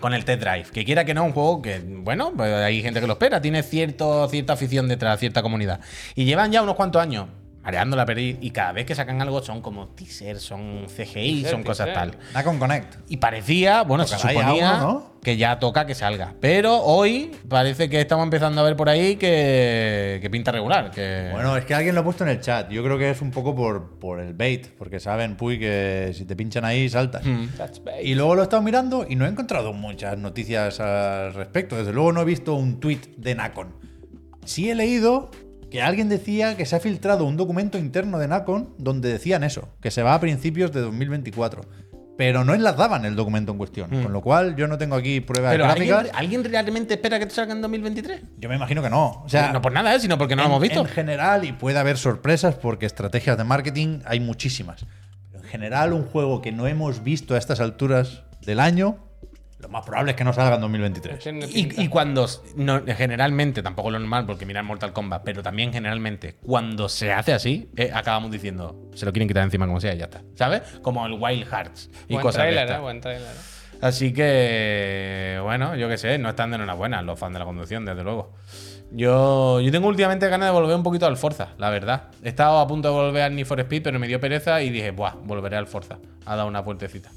C: con el T-Drive. Que quiera que no, un juego que, bueno, pues hay gente que lo espera, tiene cierto, cierta afición detrás, cierta comunidad. Y llevan ya unos cuantos años. Mareando la perdí y cada vez que sacan algo son como teasers, son CGI,
B: Teaser,
C: son cosas
B: teaser.
C: tal.
A: Nacon Connect.
C: Y parecía, bueno, se
A: cada día
C: suponía
A: uno, ¿no?
C: que ya toca que salga. Pero hoy parece que estamos empezando a ver por ahí que, que pinta regular. Que...
A: Bueno, es que alguien lo ha puesto en el chat. Yo creo que es un poco por, por el bait, porque saben, puy, que si te pinchan ahí, saltas.
B: That's bait.
A: Y luego lo he estado mirando y no he encontrado muchas noticias al respecto. Desde luego no he visto un tweet de Nacon. Sí he leído que alguien decía que se ha filtrado un documento interno de Nacon donde decían eso, que se va a principios de 2024. Pero no enlazaban el documento en cuestión. Con lo cual yo no tengo aquí pruebas
C: Hmm. pero
A: gráficas.
C: ¿alguien, ¿alguien realmente espera que esto salga en 2023?
A: Yo me imagino que no. O sea,
C: no por nada, ¿eh? sino porque no
A: en,
C: lo hemos visto.
A: En general, y puede haber sorpresas porque estrategias de marketing hay muchísimas. Pero en general, un juego que no hemos visto a estas alturas del año, lo más probable es que no salga en 2023.
B: Tiene pinta.
C: Y, y cuando s- no- generalmente, tampoco lo normal, porque mirar Mortal Kombat, pero también generalmente, cuando se hace así, eh, acabamos diciendo, se lo quieren quitar encima como sea y ya está. ¿Sabes? Como el Wild Hearts y
B: buen
C: cosas de
B: tráiler,
C: estas.
B: ¿eh? Buen tráiler.
C: Así que, bueno, yo qué sé, no están de enhorabuena los fans de la conducción, desde luego. Yo, yo tengo últimamente ganas de volver un poquito al Forza, la verdad. He estado a punto de volver al Need for Speed, pero me dio pereza y dije, buah, volveré al Forza. Ha dado una vueltecita.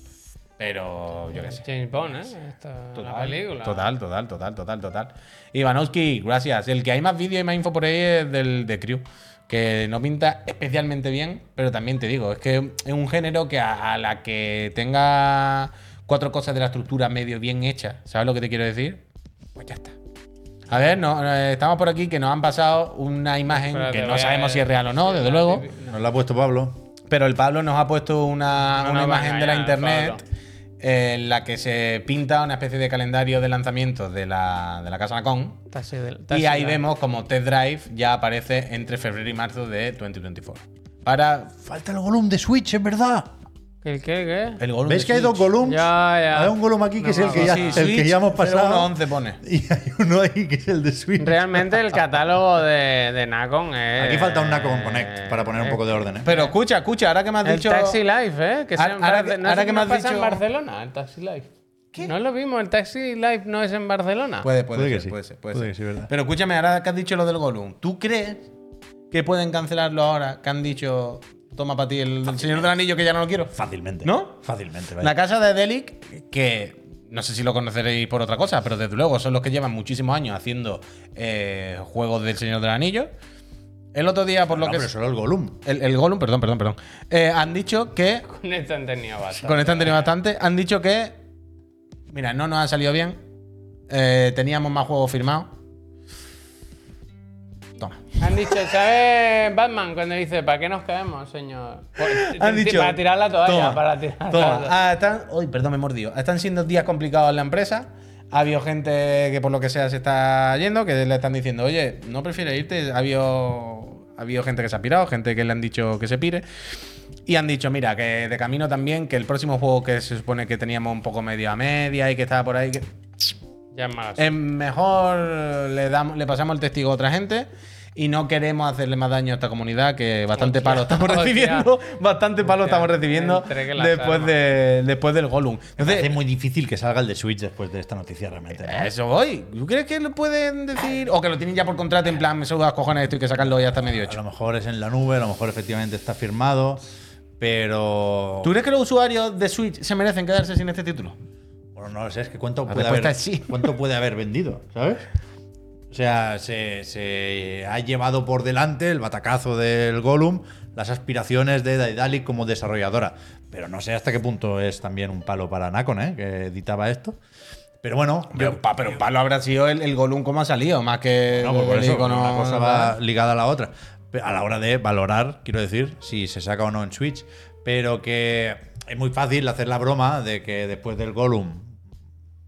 C: Pero, yo qué sé.
B: James Bond, ¿eh? Esta, la película.
C: Total, total, total, total, total. Ivanovsky, gracias. El que hay más vídeos y más info por ahí es del de Crew. Que no pinta especialmente bien, pero también te digo, es que es un género que a, a la que tenga cuatro cosas de la estructura medio bien hecha, ¿sabes lo que te quiero decir? Pues ya está. A ver, no, eh, estamos por aquí que nos han pasado una imagen
B: Espérate,
C: que no
B: voy a-
C: sabemos si es real o no, desde
B: la
C: luego.
B: típica.
A: Nos lo ha puesto Pablo.
C: Pero el Pablo nos ha puesto una,
B: No
C: una
B: nos va a
C: imagen de la
B: engañar,
C: internet eh, en la que se pinta una especie de calendario de lanzamientos de la, de la Casa Nacon.
B: Está así del- está
C: Y
B: así
C: ahí
B: del-
C: vemos como Test Drive ya aparece entre febrero y marzo de 2024. Para
A: Falta el Golum de Switch, es verdad.
B: ¿Qué, qué, qué?
C: el Golum
A: ¿Veis
C: de
A: que hay dos
C: Switch.
A: Golums?
B: Ya, ya.
A: Hay un Golum aquí que
B: No
A: es el
B: me
A: que, ya,
B: acuerdo.
A: el que ya hemos pasado.
C: 0111 pone.
A: Y hay uno ahí que es el de Switch.
B: Realmente el catálogo de, de Nacon es.
A: Aquí falta un Nacon Connect para poner un poco de orden. ¿eh?
C: Pero escucha, escucha, ahora que me has
B: El
C: dicho.
B: Taxi Life, ¿eh? Que
C: Ahora-
B: se-
C: ahora que-
B: no
C: ahora
B: sé
C: que
B: qué
C: me has
B: pasa
C: dicho-
B: en Barcelona, el Taxi Life. No es lo mismo, el Taxi Life no es en Barcelona.
C: Puede, puede,
A: Puede que
C: ser,
A: sí.
C: puede ser, puede,
A: Puede
C: ser.
A: que sí, ¿verdad?
C: Pero escúchame, ahora que has dicho lo del Golum, ¿tú crees que pueden cancelarlo ahora, que han dicho, toma para ti el, el
B: ¿eh?
C: Señor del Anillo, que ya no lo quiero?
A: Fácilmente.
C: ¿No?
A: Fácilmente, vaya.
C: La casa de Delic, que no sé si lo conoceréis por otra cosa, pero desde luego son los que llevan muchísimos años haciendo eh, juegos del Señor del Anillo. El otro día, por lo
A: No,
C: que.
A: pero solo el Golum.
C: El, el Gollum, perdón, perdón, perdón. Eh, han dicho que
B: Con esto han tenido bastante.
C: con esto han tenido bastante. Han dicho que. Mira, no nos ha salido bien. Eh, teníamos más juegos firmados. Toma.
B: Han dicho, ¿sabes Batman cuando dice, ¿para qué nos caemos, señor? Pues,
C: Han dicho.
B: Para tirar la toalla,
C: toma,
B: para tirar la
C: Toma.
B: toalla.
C: Ah, están. Uy, perdón, me he mordido. Están siendo días complicados en la empresa. Ha habido gente que por lo que sea se está yendo, que le están diciendo, oye, no prefieres irte. Ha habido, ha habido gente que se ha pirado, gente que le han dicho que se pire. Y han dicho, mira, que de camino también, que el próximo juego que se supone que teníamos un poco medio a media y que estaba por ahí, que
B: Ya es mala suerte.
C: es mejor le, damos, le pasamos el testigo a otra gente y no queremos hacerle más daño a esta comunidad que bastante
B: Hostia,
C: palo estamos
B: hostia.
C: recibiendo. Bastante palo
B: Hostia,
C: estamos recibiendo
B: entre que las
C: después,
B: armas.
C: de, después del Gollum.
A: Es
C: Entonces,
A: muy difícil que salga el de Switch después de esta noticia, realmente. ¿no?
C: a eso voy. ¿Tú crees que lo pueden decir? O que lo tienen ya por contrato en plan, me sudas cojones esto y que sacarlo ya hasta medio
A: A
C: hecho.
A: lo mejor es en la nube, a lo mejor efectivamente está firmado, pero.
C: ¿Tú crees que los usuarios de Switch se merecen quedarse sin este título?
A: Bueno, no lo sé, es que cuánto
C: La
A: puede,
C: respuesta
A: haber,
C: es sí.
A: cuánto puede haber vendido, ¿sabes? O sea, se, se ha llevado por delante el batacazo del Gollum, las aspiraciones de Daedalic como desarrolladora. Pero no sé hasta qué punto es también un palo para Nacon, ¿eh? que editaba esto. Pero bueno,
C: Pero,
A: yo-
C: pa- pero palo habrá sido el, el Gollum como ha salido, más que
A: No, pues por
C: el
A: eso,
C: icono-
A: una cosa va ligada a la otra. Pe- A la hora de valorar, quiero decir, si se saca o no en Switch. Pero que es muy fácil hacer la broma de que después del Gollum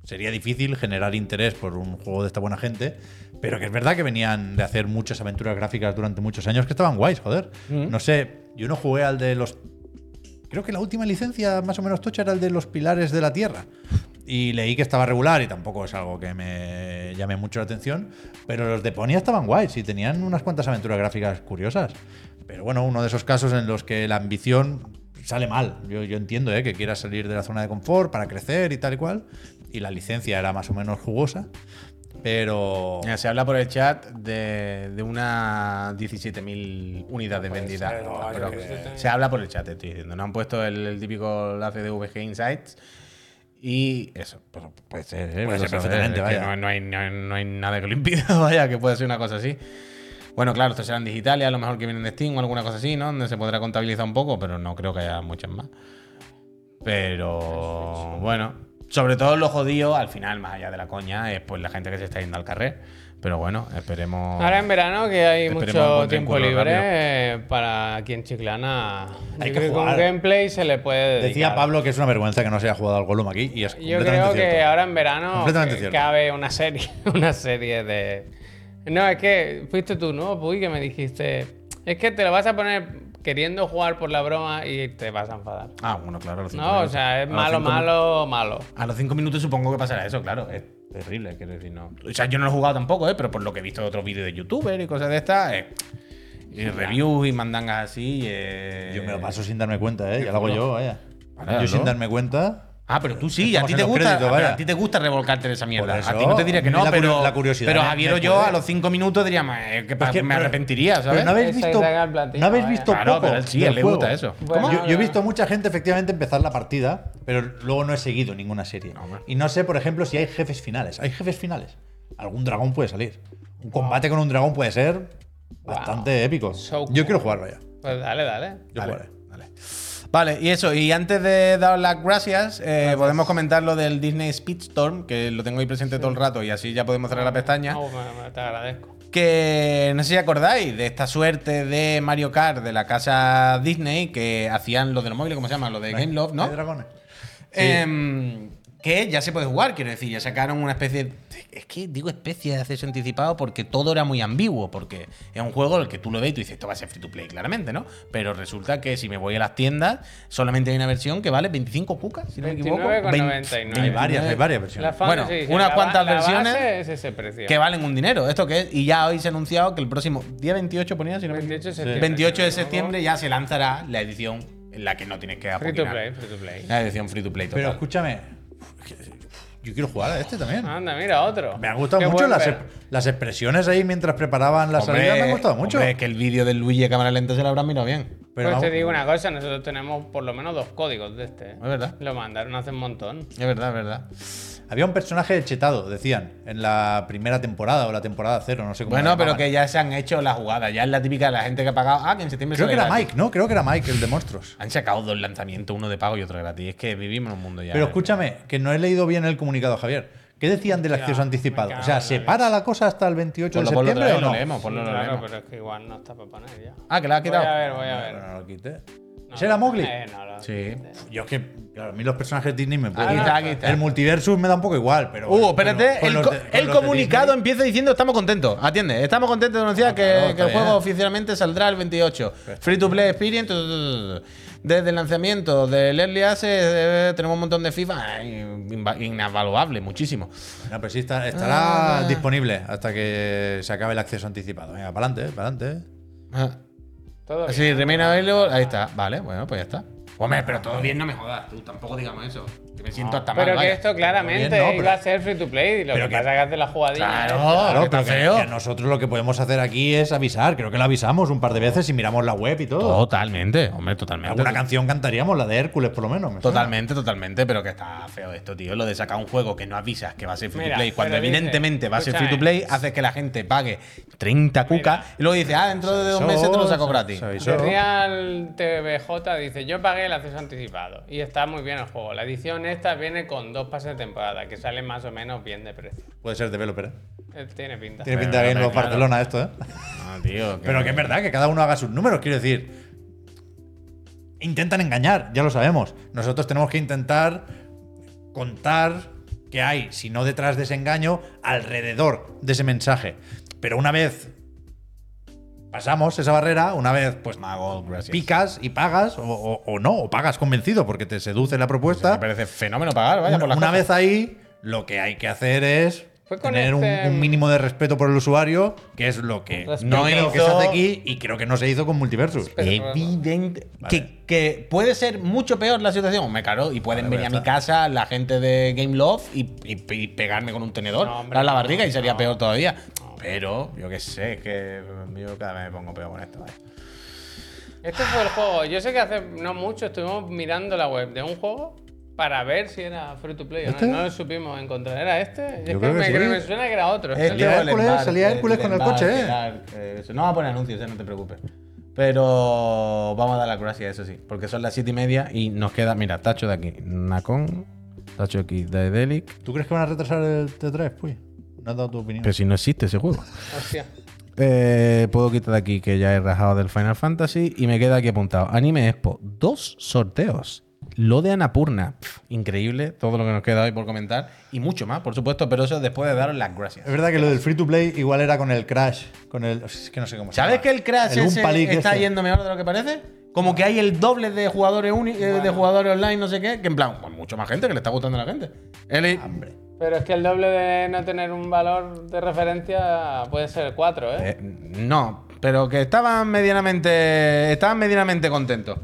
A: sería difícil generar interés por un juego de esta buena gente. Pero que es verdad que venían de hacer muchas aventuras gráficas durante muchos años que estaban guays, joder. No sé, yo no jugué al de los creo que la última licencia más o menos tocha era el de los pilares de la tierra. Y leí que estaba regular y tampoco es algo que me llame mucho la atención. Pero los de Ponia estaban guays y tenían unas cuantas aventuras gráficas curiosas. Pero bueno, uno de esos casos en los que la ambición sale mal. Yo, yo entiendo ¿eh? que quieras salir de la zona de confort para crecer y tal y cual. Y la licencia era más o menos jugosa. Pero...
C: Mira, se habla por el chat de, de unas 17.000 unidades vendidas. Ah, pero se habla por el chat, te estoy diciendo. No han puesto el, el típico enlace de VG Insights. Y eso. Pero puede ser, ¿eh?
A: Puede ser
C: Vamos a ver,
A: perfectamente,
C: es que
A: vaya.
C: No, no hay, no- no hay nada que lo impida, vaya, que pueda ser una cosa así. Bueno, claro, estos serán digitales, a lo mejor que vienen de Steam o alguna cosa así, ¿no? Donde se podrá contabilizar un poco, pero no creo que haya muchas más. Pero bueno, sobre todo lo jodido, al final, más allá de la coña, es pues la gente que se está yendo al carrer. Pero bueno, esperemos.
B: Ahora en verano que hay
C: Esperemos
B: mucho
C: encuentren
B: tiempo
C: curro
B: libre
C: rápido.
B: eh, para aquí en Chiclana.
A: Hay que
B: Yo creo con
A: jugar.
B: gameplay se le puede dedicar.
A: Decía Pablo que es una vergüenza que no se haya jugado al Gollum aquí. Y es
B: Yo
A: completamente
B: creo que
A: cierto.
B: ahora en verano
A: Completamente
B: que-
A: cierto.
B: cabe una serie, una serie de. No, es que fuiste tú, ¿no? Puy, que me dijiste. Es que te lo vas a poner queriendo jugar por la broma y te vas a enfadar.
C: Ah, bueno, claro. a los cinco
B: No, o
C: minutos.
B: sea, es
C: A los
B: malo,
C: cinco minu-
B: malo, malo.
C: A los cinco minutos supongo que pasará eso, claro. Es terrible, quiero decir, no. O sea, yo no lo he jugado tampoco, ¿eh? Pero por lo que he visto de otros vídeos de youtubers y cosas de estas, eh, y reviews y mandangas así. eh,
A: Yo me lo paso sin darme cuenta, ¿eh? Ya lo hago
C: juro.
A: yo, vaya.
C: Ahora,
A: yo sin
C: ¿no?
A: darme cuenta.
C: Ah, pero tú sí, a
A: Estamos
C: ti
A: en
C: te
A: los
C: gusta,
A: créditos, vaya.
C: a ti te gusta revolcarte en esa mierda.
A: Por
C: a ti
A: eso,
C: no te diría que
A: a mí
C: no,
A: la curio-
C: pero
A: la curiosidad
C: pero
A: me-
C: Javier
A: me
C: o yo
A: puede.
C: a los cinco minutos diríamos eh, que, pa-
A: Es que-
C: me
A: pero-
C: arrepentiría, ¿sabes?
A: Pero no habéis
B: Esa
A: visto,
B: saca el platillo,
A: no habéis
B: vaya.
A: visto
C: Claro,
A: poco
C: pero él sí,
A: del
C: él le gusta
A: juego.
C: eso.
A: Yo-
B: Bueno, eh.
A: yo, he
B: bueno.
A: visto mucha gente efectivamente empezar la partida, pero luego no he seguido ninguna serie.
C: hombre.
A: y no sé, por ejemplo, si hay jefes finales. ¿Hay jefes finales? Algún dragón puede salir. Un combate con un dragón puede ser bastante épico.
B: So cool.
A: Yo quiero jugar, vaya.
B: Pues dale, dale.
A: Yo
C: Vale,
A: jugaré.
C: vale. Vale, y eso, y antes de dar las gracias, eh, podemos comentar lo del Disney Speedstorm, que lo tengo ahí presente todo el rato y así ya podemos cerrar la pestaña.
B: Oh, me- me- te agradezco.
C: Que no sé si acordáis de esta suerte de Mario Kart de la casa Disney que hacían lo de los móviles, ¿cómo se llama? Lo de Game Love, ¿no?
A: Hay dragones.
C: Em, que ya se puede jugar, quiero decir, ya sacaron una especie. de- es que digo especie de acceso anticipado porque todo era muy ambiguo, porque es un juego en el que tú lo ves y tú dices, esto va a ser free to play, claramente, ¿no? Pero resulta que si me voy a las tiendas, solamente hay una versión que vale 25 cucas, si no me equivoco.
B: 29,99.
A: Hay
B: Hay
A: varias, hay varias
B: La
A: versiones.
B: fan
C: Bueno,
B: sí, sí,
C: unas
B: la
C: cuantas
B: ba- la base
C: versiones
B: es ese precio.
C: Que valen un dinero. ¿Esto qué es? Y ya hoy se ha anunciado que el próximo día 28 ponía, si no me equivoco.
B: 28 de septiembre.
C: 28 de
B: si no me equivoco.
C: septiembre ya se lanzará la edición en la que no tienes que
B: Free to
C: apoquinar.
B: play, free to play.
C: La edición free to play.
A: Pero
C: Total.
A: escúchame. Yo quiero jugar a este también.
B: Anda, mira, otro.
A: Me han gustado
B: Qué
A: mucho
B: buen
A: las,
B: ver. Pues
A: exp- las expresiones ahí mientras preparaban la salida. Me han gustado mucho.
C: hombre, es que el vídeo del Luigi de cámara lenta se lo habrán mirado bien.
A: Pero
B: pues
A: vamos-
B: te digo una cosa, nosotros tenemos por lo menos dos códigos de este. ¿eh?
C: Es verdad.
B: Lo mandaron hace un montón.
C: Es verdad, es verdad.
A: había un personaje chetado, decían, en la primera temporada o la temporada cero, no sé cómo.
C: Bueno,
A: la
C: pero
A: llamaban.
C: que ya se han hecho las jugadas. Ya es la típica de la gente que ha pagado. Ah, que en septiembre
A: Creo que
C: sale
A: era
C: gratis.
A: Mike, ¿no? Creo que era Mike, el de monstruos.
C: Han sacado dos lanzamientos, uno de pago y otro gratis. Es que vivimos en un mundo ya. eh.
A: Pero escúchame, que no he leído bien el comunicado, Javier. ¿Qué decían del acceso anticipado?
B: cago
A: O
B: en la
A: sea, ¿se para la cosa hasta el 28 de
C: Ponlo, ponlo otra
A: septiembre
C: vez,
A: o no?
C: lo leemos, ponlo, lo
B: claro,
C: leemos.
B: pero es que igual no está para poner ya.
C: Ah, que la has
B: Voy
C: quitado.
B: a ver, voy a ver.
A: Pero no lo quité.
B: No,
A: ¿Será
B: no,
A: Mowgli?
B: eh, no, lo-
C: Sí.
A: Yo es que, claro, a mí los personajes Disney me
C: Aquí
A: pueden.
C: está, aquí está.
A: El multiversus me da un poco igual, pero.
C: Uh,
A: bueno,
C: espérate,
A: con- con
C: el,
A: los
C: co-
A: de- con
C: el
A: los de
C: comunicado
A: Disney-
C: empieza diciendo estamos contentos. Atiende, estamos contentos de anunciar que,
A: claro, está
C: que el
A: bien.
C: juego oficialmente saldrá el 28. Free to play experience. tu, tu, tu, tu. Desde el lanzamiento del Early Access eh, tenemos un montón de FIFA eh, inva- invaluable, muchísimo.
A: No, pero sí está- estará disponible hasta que se acabe el acceso anticipado. Venga, para adelante, para adelante.
C: Ah,
B: Todo bien.
C: Sí, remain available, ahí está. Vale, bueno, pues ya está. Hombre, pero todo bien, no me jodas, tú tampoco digamos eso. Que me siento hasta mal.
B: Pero que
C: vaya.
B: esto claramente
A: Bien, no, pero-
B: iba a ser free to play. y Lo
A: Pero
B: que
A: que-
B: pasa es que hace la jugadilla.
C: Claro,
B: ¿eh?
C: que
A: Claro,
C: está
A: pero
C: feo.
A: que, que nosotros lo que podemos hacer aquí es avisar. Creo que lo avisamos un par de veces y miramos la web y todo.
C: Totalmente, hombre, totalmente.
A: Alguna canción cantaríamos, la de Hércules por lo menos. me suena.
C: Totalmente, totalmente, pero que está feo esto, tío. Lo de sacar un juego que no avisas que va a ser free
B: Mira,
C: to play, cuando
B: pero dice,
C: evidentemente va a ser free
B: escúchame.
C: to play, haces que la gente pague 30 cucas y luego dices, ah, dentro de dos
A: avisó,
C: meses te lo saco
A: se-
C: gratis.
A: se avisó.
B: The Real TVJ dice, yo pagué el acceso anticipado y está muy bien el juego. La edición esta viene con dos pases de temporada que salen más o menos bien de precio.
A: Puede ser developer. ¿eh?
B: Eh, Tiene pinta.
A: Tiene
C: Pero
A: pinta de Game
C: no,
A: of
C: claro.
A: Barcelona esto, ¿eh?
C: Ah, tío.
A: Pero que es verdad que cada uno haga sus números, quiero decir. Intentan engañar, ya lo sabemos. Nosotros tenemos que intentar contar qué hay, si no detrás de ese engaño, alrededor de ese mensaje. Pero una vez pasamos esa barrera, una vez pues
C: Mago, gracias.
A: picas y pagas, o, o- o no, o pagas convencido porque te seduce la
C: Pues Me
A: propuesta,
C: parece fenómeno pagar, vaya, por
A: una,
C: las
A: una
C: cosas.
A: vez ahí, lo que hay que hacer es
B: Fue con
A: tener un,
B: este-
A: un mínimo de respeto por el usuario, que es lo que
B: Respeto.
A: no creo que se
C: hizo-
A: hace aquí y creo que no se hizo con Multiversus.
C: Evidente.
A: Vale.
C: Que, que puede ser mucho peor la situación. Me caro. Y pueden
A: Vale,
C: venir a
A: voy a
C: mi casa la gente de Game Love y, y- y pegarme con un tenedor
B: No, hombre,
C: a la barriga y
B: no,
C: sería
B: no.
C: peor todavía. Pero yo qué sé, es que yo cada vez me pongo peor con esto. vaya.
B: Este fue el juego. Yo sé que hace no mucho estuvimos mirando la web de un juego para ver si era free to play o
A: ¿Este?
B: no. No lo supimos encontrar. ¿Era este? Y
A: Yo
B: es
A: creo
B: que
A: que
B: me,
A: sí.
B: creo- me suena que era otro.
C: Es
B: Este
A: que-
C: Leo
B: era-
A: Hércules,
C: Embarque,
A: salía Hércules
C: el
A: con el coche,
C: Embarque,
A: ¿eh?
C: tal, eh, eso. No va a poner anuncios, eh, no te preocupes. Pero vamos a dar las gracias, eso sí. Porque son las 7 y media y nos queda, mira, Tacho de aquí, Nacon, Tacho aquí, Daedelic.
A: ¿Tú crees que van a retrasar el T3? Pues no has dado tu opinión.
C: Pero si no existe ese juego.
B: Hostia.
C: Eh, puedo quitar de aquí que ya he rajado del Final Fantasy y me queda aquí apuntado. Anime Expo, dos sorteos. Lo de Anapurna. Pf, increíble todo lo que nos queda hoy por comentar. Y mucho más, por supuesto, pero eso es después de daros las gracias.
A: Es verdad que lo del free to play igual era con el Crash, con el es que no sé cómo se
C: ¿Sabes
A: llama.
C: que el Crash
A: un
C: ese
A: palic
C: está
A: ese.
C: yendo mejor de lo que parece? Como que hay el doble de jugadores uni- eh, de jugadores online, no sé qué, que en plan, pues, mucho más gente que le está gustando a la gente. Eli,
A: Hombre.
B: Pero es que el doble de no tener un valor de referencia puede ser 4, ¿eh?
C: eh, no, pero que estaban medianamente. Estaban medianamente contentos.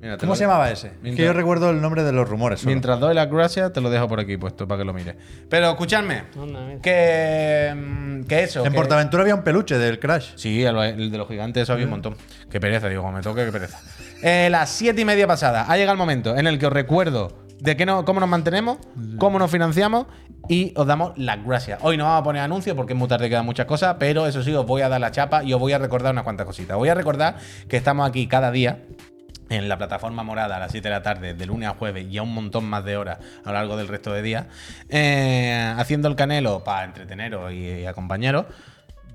C: Mira, te
A: ¿Cómo
C: lo-
A: se llamaba ese? Es Que
C: Mientras-
A: yo recuerdo el nombre de los rumores. solo.
C: Mientras doy las gracias, te lo dejo por aquí puesto para que lo mires. Pero escuchadme,
B: Anda, mira.
C: que, mm, que eso.
A: En
C: que-
A: Portaventura había un peluche del Crash.
C: Sí, el, el de los gigantes, eso había un montón. Qué pereza, digo, cuando me toca, qué pereza. Eh, las siete y media pasada ha llegado el momento en el que os recuerdo de qué no, cómo nos mantenemos,
A: Mm.
C: cómo nos financiamos y os damos las gracias. Hoy no vamos a poner anuncios porque es muy tarde, quedan muchas cosas, pero eso sí, os voy a dar la chapa y os voy a recordar unas cuantas cositas. Os voy a recordar que estamos aquí cada día en la plataforma morada a las 7 de la tarde, de lunes a jueves y a un montón más de horas a lo largo del resto de días, eh, haciendo el canelo para entreteneros y, y acompañaros.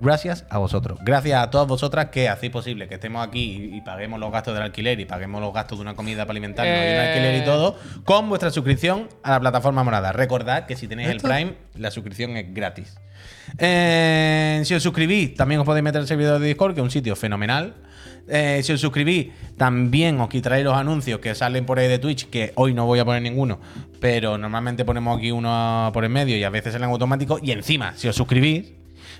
C: Gracias a vosotros. Gracias a todas vosotras que hacéis posible que estemos aquí y, y paguemos los gastos del alquiler y paguemos los gastos de una comida para alimentarnos y un
B: Eh.
C: alquiler y todo con vuestra suscripción a la plataforma morada. Recordad que si tenéis el
A: ¿Esto?
C: Prime, la suscripción es gratis. Eh, si os suscribís, también os podéis meter el servidor de Discord, que es un sitio fenomenal. Eh, si os suscribís, también os quitaré los anuncios que salen por ahí de Twitch, que hoy no voy a poner ninguno, pero normalmente ponemos aquí uno por en medio y a veces salen automático. Y encima, si os suscribís,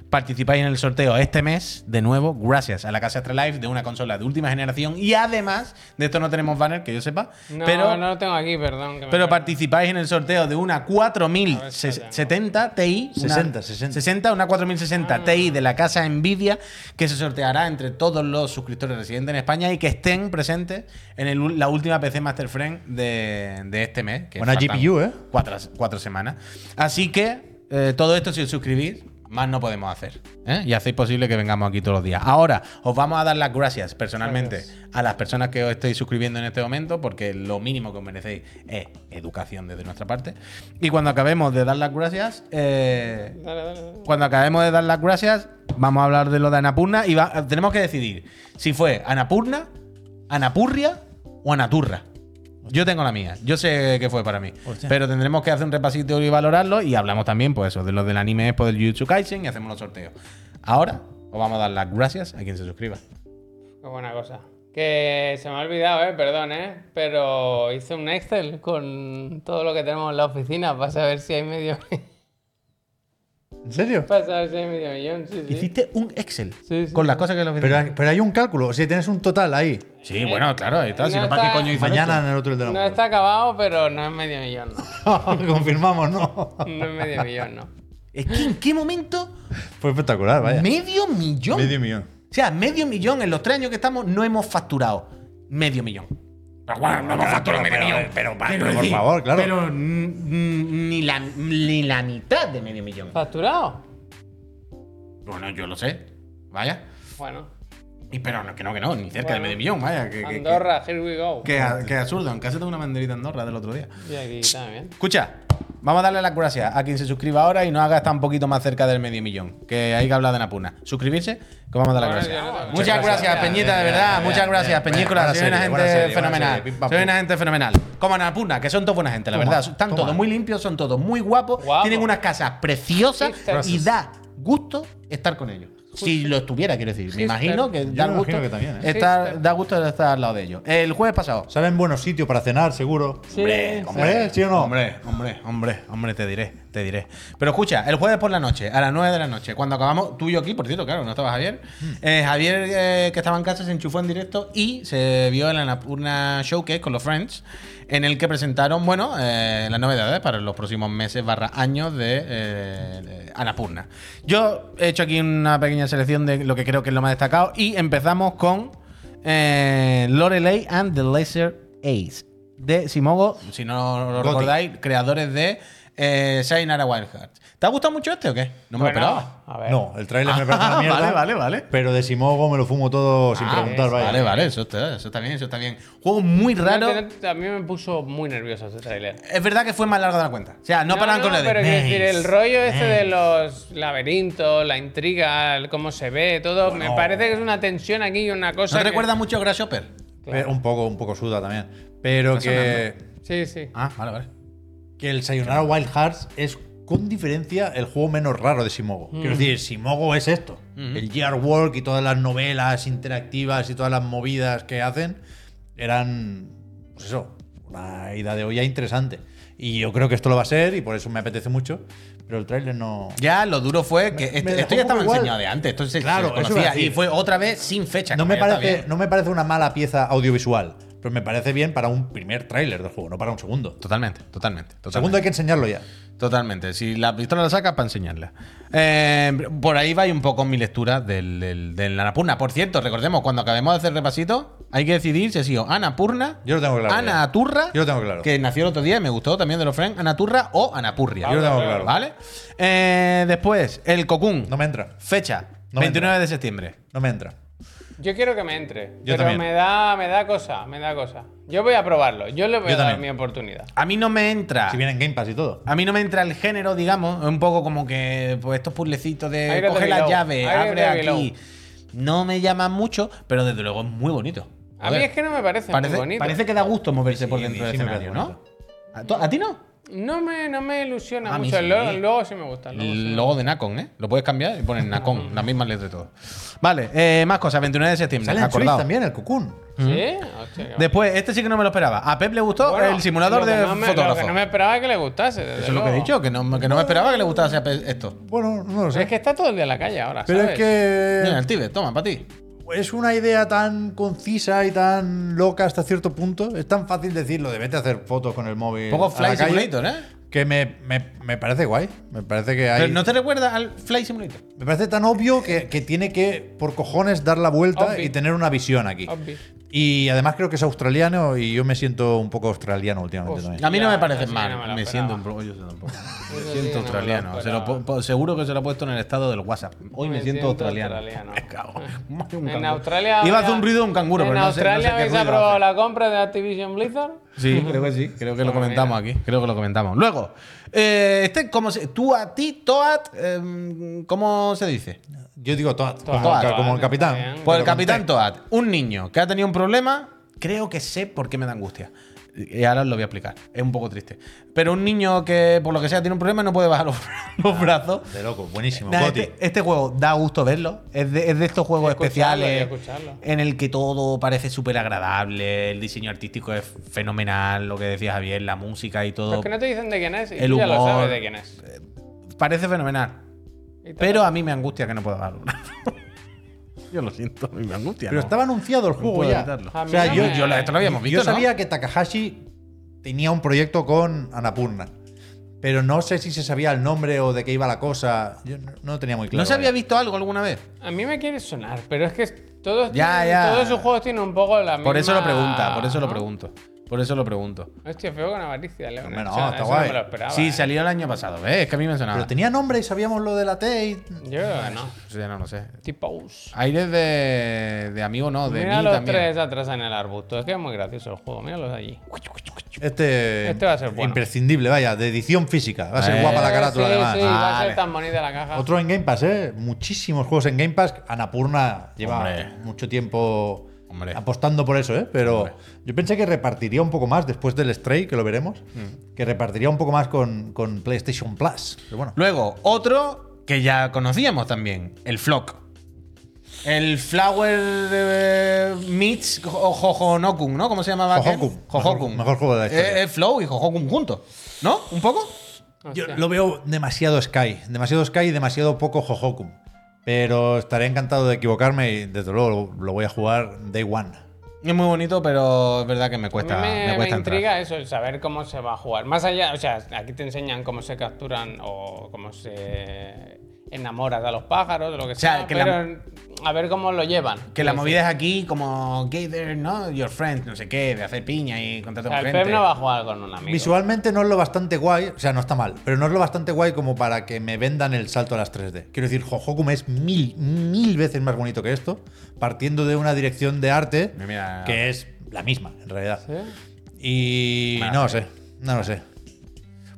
C: participáis en el sorteo este mes, de nuevo, gracias a la Casa Astralife de una consola de última generación. Y además, de esto no tenemos banner, que yo sepa,
B: No,
C: pero,
B: no lo tengo aquí, perdón. que me
C: pero
B: acuerdo.
C: participáis en el sorteo de una
B: A ver
C: 4070 Ti. una-
A: 60, 60.
C: 60, una 4060
B: Ah.
C: Ti de la casa Nvidia, que se sorteará entre todos los suscriptores residentes en España y que estén presentes en el ul- la última PC Master Friend de, de este mes. Que
A: Buena
C: faltan
A: GPU, ¿eh?
C: Cuatro, cuatro semanas. Así que eh, todo esto, si os suscribís, más no podemos hacer. ¿eh? Y hacéis posible que vengamos aquí todos los días. Ahora, os vamos a dar las gracias personalmente a las personas que os estáis suscribiendo en este momento, porque lo mínimo que os merecéis es educación desde nuestra parte. Y cuando acabemos de dar las gracias, eh,
B: Dale, dale, dale.
C: cuando acabemos de dar las gracias, vamos a hablar de lo de Anapurna y va- tenemos que decidir si fue Anapurna, Anapurria o Anaturra. Yo tengo la mía, yo sé que fue para mí.
A: Hostia.
C: Pero tendremos que hacer un repasito y valorarlo y hablamos también, pues eso, de lo del anime Expo del Jujutsu Kaisen y hacemos los sorteos. Ahora os vamos a dar las gracias a quien se suscriba.
B: Qué buena cosa. Que se me ha olvidado, eh, perdón, eh. Pero hice un Excel con todo lo que tenemos en la oficina para saber si hay medio
A: ¿En serio?
B: para saber si hay medio millón, sí, sí.
C: Hiciste un Excel
B: Sí, sí.
C: con las cosas que lo
A: Pero, hay- pero hay un cálculo, si tienes un total ahí.
C: Sí, bueno, claro, ahí está. Si
B: No
C: no, ¿para qué
B: está- eh.
C: coño hice
A: Mañana
C: esto?
A: en el otro de la
B: No está acabado, pero no es medio millón, no.
A: Confirmamos, ¿no?
B: No es medio millón, no.
C: Es que en qué momento
A: Fue espectacular, vaya.
C: medio millón.
A: Medio millón.
C: O sea, medio millón en los tres años que estamos no hemos facturado medio millón. Pero bueno, no hemos facturado medio millón. Pero,
A: pero por favor, claro.
C: Pero n- n- ni la, ni la mitad de medio millón.
B: Ah. ¿Facturado?
C: Bueno, yo lo sé. Vaya.
B: Bueno.
C: Y pero no, que no, que no, ni cerca
B: Bueno.
C: de medio millón, vaya. Que, que- que-
B: Andorra, here we go.
C: Que, que absurdo, en casa tengo una banderita Andorra del otro día.
B: Y aquí también.
C: Escucha, vamos a darle las gracias a quien se suscriba ahora y nos haga estar un poquito más cerca del medio millón. Que hay que hablar de Napuna. Suscribirse, que vamos a dar las
B: Ahora
C: gracias.
B: ya no tengo-
C: Muchas gracias, Peñita, de verdad. Muchas gracias, Peñícola. Soy una gente fenomenal. Soy una gente fenomenal. Como Napuna, que son todos buena gente, la
A: Toma,
C: verdad. Están
A: toma.
C: todos muy limpios, son todos muy guapos.
B: Guapo.
C: Tienen unas casas preciosas
B: Hipsters.
C: y da gusto estar con ellos. Si lo estuviera, quiero decir. Me
B: Hipster.
C: imagino que da
A: me imagino
C: gusto.
A: que también, ¿eh?
C: estar,
B: Hipster.
C: da gusto estar al lado de ellos. El jueves pasado.
A: Saben buenos sitios para cenar, seguro.
B: Sí, sí.
A: Hombre, ¿sí o no?
C: Hombre, hombre, hombre, hombre, te diré, te diré. Pero escucha, el jueves por la noche, a las 9 de la noche, cuando acabamos, tú y yo aquí, por cierto, claro, no estaba Javier. eh, Javier, eh, que estaba en casa, se enchufó en directo y se vio en la Napurna Showcase con los Friends, en el que presentaron, bueno, eh, las novedades para los próximos meses barra años de eh, de Anapurna. Yo he hecho aquí una pequeña selección de lo que creo que es lo más destacado y empezamos con eh, Lorelei and the Laser Ace de Simogo, si no lo
A: Gothic.
C: recordáis, creadores de eh, Sayonara Wild Hearts. ¿Te ha gustado mucho este o qué? No me lo
B: Bueno, ah,
C: esperaba.
B: A ver.
A: No, el trailer me parece una
C: Ah,
A: mierda.
C: vale, vale, vale.
A: Pero de Simogo me lo fumo todo sin
C: Ah,
A: preguntar, vaya.
C: Vale, vale, eso está, eso está bien, eso está bien. Juego muy raro.
B: A mí me puso muy nervioso ese trailer.
C: Es verdad que fue más largo de la cuenta. O sea, no, paran con la de
B: pero quiero
C: "Maze,
B: decir, el rollo ese
C: maze".
B: de los laberintos, la intriga, el cómo se ve, todo, me parece que es una tensión aquí y una cosa.
C: ¿No te
B: que-
C: recuerda mucho a Grasshopper?
A: Pero Eh, un poco, un poco suda también. Pero
C: Está
A: que,
B: Sí, sí.
C: Ah, vale, vale.
A: que el Sayonara Wild Hearts es con diferencia el juego menos raro de Simogo.
B: Mm.
A: Quiero decir, Simogo es esto.
C: Mm-hmm.
A: El Gear Work y todas las novelas interactivas y todas las movidas que hacen eran, pues eso, una idea de olla interesante. Y yo creo que esto lo va a ser y por eso me apetece mucho. Pero el tráiler no...
C: Ya lo duro fue que este-
A: me dejó
C: esto ya
A: como
C: estaba
A: igual.
C: enseñado de antes, entonces
A: Claro,
C: claro,
A: eso
C: se
A: iba a
C: conocía
A: decir.
C: y fue otra vez sin fecha.
A: No
C: que
A: me,
C: ya está
A: parece,
C: bien.
A: no me parece una mala pieza audiovisual, pero me parece bien para un primer tráiler del juego, no para un segundo.
C: Totalmente, totalmente, totalmente.
A: Segundo hay que enseñarlo ya.
C: Totalmente. Si la pistola la sacas, para enseñarla. Eh, por ahí va un poco mi lectura del, del, del Anapurna. Por cierto, recordemos, cuando acabemos de hacer repasito, hay que decidir si ha sido Anapurna,
A: Yo lo tengo claro,
C: Ana
A: ya.
C: Aturra,
A: Yo lo tengo claro.
C: que nació el otro día y me gustó también de los friends, Anaturra o Anapurria.
A: Yo lo tengo claro.
C: ¿Vale? Eh, después, el Cocoon.
A: No me entra,
C: Fecha,
A: No me
C: 29 de septiembre.
A: no me entra.
B: Yo quiero que me entre, pero
A: también.
B: me da, me da cosa, me da cosa. Yo voy a probarlo, yo le voy
A: Yo
B: a dar
A: también.
B: mi oportunidad.
C: A mí no me entra.
A: Si viene en Game Pass y todo.
C: A mí no me entra el género, digamos. Es un poco como que pues estos puzzlecitos de
B: Aire
C: coge
B: de
C: las
B: Below.
C: llaves,
B: Aire
C: abre
B: de
C: aquí.
B: Below.
C: No me llaman mucho, pero desde luego es muy bonito.
B: A
C: Joder,
B: mí es que no me parece, muy
C: parece,
B: bonito.
C: parece que da gusto moverse por
A: Sí,
C: dentro
A: sí
C: del
A: me
C: escenario,
A: parece
C: ¿no? ¿A, to- a ti no?
B: No me, no me ilusiona
C: A mí
B: mucho.
C: sí.
B: Luego, luego sí me gusta. luego sí.
C: El logo de Nacon, ¿eh? Lo puedes cambiar y pones Nacon, las mismas letras de todo. Vale, eh, más cosas, 29 de septiembre,
A: Sale en Switch
C: acordado.
A: también, el Cocoon.
B: ¿Sí? Hostia, qué
C: Después, este sí que no me lo esperaba. A Pep le gustó
B: Bueno,
C: el simulador
B: lo que
C: de
B: no me- Lo
C: fotógrafo.
B: que no me esperaba que le gustase. desde
C: Eso es lo que he
B: luego.
C: dicho, que no, que no me esperaba que le gustase a Pep esto.
A: Bueno, no lo
B: Pero
A: sé.
B: es que está todo el día en la calle ahora.
A: Pero es
B: ¿sabes?
A: que.
C: Mira, el Tíbet, toma, para ti.
A: Es una idea tan concisa y tan loca hasta cierto punto. Es tan fácil decirlo de vete a hacer fotos con el móvil.
C: Un poco
A: a la
C: Fly
A: calle,
C: Simulator, ¿eh?
A: Que me, me- me parece guay. Me parece que hay.
C: Pero no te recuerda al Fly Simulator.
A: Me parece tan obvio que, que tiene que, por cojones, dar la vuelta
B: Obvi.
A: y tener una visión aquí.
B: Obvi.
A: Y además creo que es australiano y yo me siento un poco australiano últimamente
B: Hostia.
A: también.
C: A mí no
B: Ya,
C: me parece
B: sí,
C: mal.
B: no me
C: me
B: lo esperaba.
C: siento un poco. Yo tampoco.
B: Yo
C: Me
B: sí,
C: siento
B: no me lo
C: australiano. Se lo
B: esperaba.
C: po- po- seguro que se lo ha puesto en el estado del WhatsApp. Hoy me, siento, australiano. Me cago. Un
B: En
C: canguro.
B: Australia.
C: Iba a hacer
B: había-
C: un ruido de un canguro,
B: En
C: pero no sé- no sé
B: Australia
C: qué
B: habéis
C: ruido
B: aprobado
C: hace.
B: la compra de Activision Blizzard.
C: Sí, creo que sí. Creo que lo
B: Bueno,
C: comentamos aquí. Creo que lo comentamos. Luego, eh, este, ¿cómo se, tú a ti, Toad, em, ¿cómo se dice?
A: Yo digo Toad,
B: Toad,
A: como, el-
C: Toad,
A: como el
B: está
A: capitán.
B: bien.
C: Pues
A: Pero
C: el
A: con este-
C: capitán
A: T.
C: Toad, un niño que ha tenido un problema, creo que sé por qué me da angustia. Y ahora os lo voy a explicar. Es un poco triste. Pero un niño que, por lo que sea, tiene un problema y no puede bajar los, los brazos.
A: De loco, buenísimo.
C: Nah,
A: Goti.
C: este, este juego da gusto verlo. Es de, es de estos juegos
B: Y escucharlo,
C: especiales
B: y escucharlo.
C: en el que todo parece súper agradable. El diseño artístico es fenomenal. Lo que decía Javier, la música y todo.
B: Los que no te dicen de quién es. Y
C: El
B: tú ya lo
C: humor.
B: sabes de quién es.
C: Parece fenomenal.
B: Y te-
C: Pero a mí me angustia que no pueda bajar los brazos. Yo lo siento, a mí me angustia.
A: Pero
C: no.
A: estaba anunciado el
C: No
A: juego
C: puedo
A: ya.
C: evitarlo.
B: A mí
A: O sea,
B: no
A: yo-
B: me-
C: yo lo- esto lo habíamos visto.
A: Yo
C: ¿no?
A: sabía que Takahashi tenía un proyecto con Anapurna, pero no sé si se sabía el nombre o de qué iba la cosa. Yo no, no tenía muy claro.
C: ¿No se había
A: vaya.
C: visto algo alguna vez?
B: A mí me quiere sonar, pero es que todos,
C: Ya,
B: tienen-
C: ya.
B: todos sus juegos tienen un poco la misma.
C: Por eso lo pregunta, por eso lo
B: ¿no?
C: pregunto. Por eso lo pregunto.
B: Hostia, feo con avaricia, León.
A: Hombre, no,
B: Eso-
A: está
B: eso
A: guay.
B: No me lo esperaba.
C: sí,
B: eh.
C: salió el año pasado, ¿ves? Es que a mí me sonaba.
A: Pero tenía nombre y sabíamos lo de la T y.
B: Yo creo que no.
C: Eso ya no lo sé.
B: Tipo us.
C: Aires de, de amigo, no, de
B: Mira
C: mí
B: los
C: también.
B: tres atrás en el arbusto. Es que es muy gracioso el juego. Míralos allí.
A: Este.
B: Este va a ser bueno.
A: Imprescindible, vaya, de edición física. Va a ser
C: Eh,
A: guapa la carátula,
B: sí,
A: además.
B: Sí, va a
C: Vale.
B: ser tan bonita la caja.
A: Otro en Game Pass, ¿eh? Muchísimos juegos en Game Pass. Anapurna lleva
C: Hombre.
A: mucho tiempo
C: Hombre.
A: apostando por eso, ¿eh? Pero
C: Hombre.
A: yo pensé que repartiría un poco más después del Stray, que lo veremos,
C: Mm.
A: que repartiría un poco más con, con PlayStation Plus. Pero bueno,
C: Luego, otro que ya conocíamos también, el Flock. El Flower eh, Meets Jo- Jojonokun, ¿no? ¿Cómo se llamaba? aquel?
A: Jojokun.
C: Jojokun.
A: Mejor juego de la historia.
C: Eh, eh, Flow y Jojokun juntos, ¿no? ¿Un poco?
A: yo
B: Hostia.
A: lo veo demasiado Sky, demasiado Sky y demasiado poco Jojokum. Pero estaré encantado de equivocarme y desde luego lo, lo voy a jugar day one.
C: Es muy bonito, pero es verdad que me cuesta.
B: A mí me,
C: me cuesta
B: me
C: entrar.
B: intriga eso, el saber cómo se va a jugar. Más allá, o sea, aquí te enseñan cómo se capturan o cómo se enamoras a los pájaros, de lo que
C: sea,
B: sea,
C: que la-
B: pero a ver cómo lo llevan.
C: Que la
B: Sí, sí.
C: movida es aquí como gather, ¿no? Your friends, no sé qué, de hacer piña y contacto
B: O sea,
C: con
B: el
C: gente.
B: Pep no va a jugar con un amigo.
A: Visualmente no es lo bastante guay, o sea, no está mal, pero no es lo bastante guay como para que me vendan el salto a las 3D. Quiero decir, Hohokum es mil, mil veces más bonito que esto, partiendo de una dirección de arte
C: Mira, mira.
A: que es la misma, en realidad.
B: ¿Sí?
A: Y
C: Vale.
A: no lo sé, no lo sé.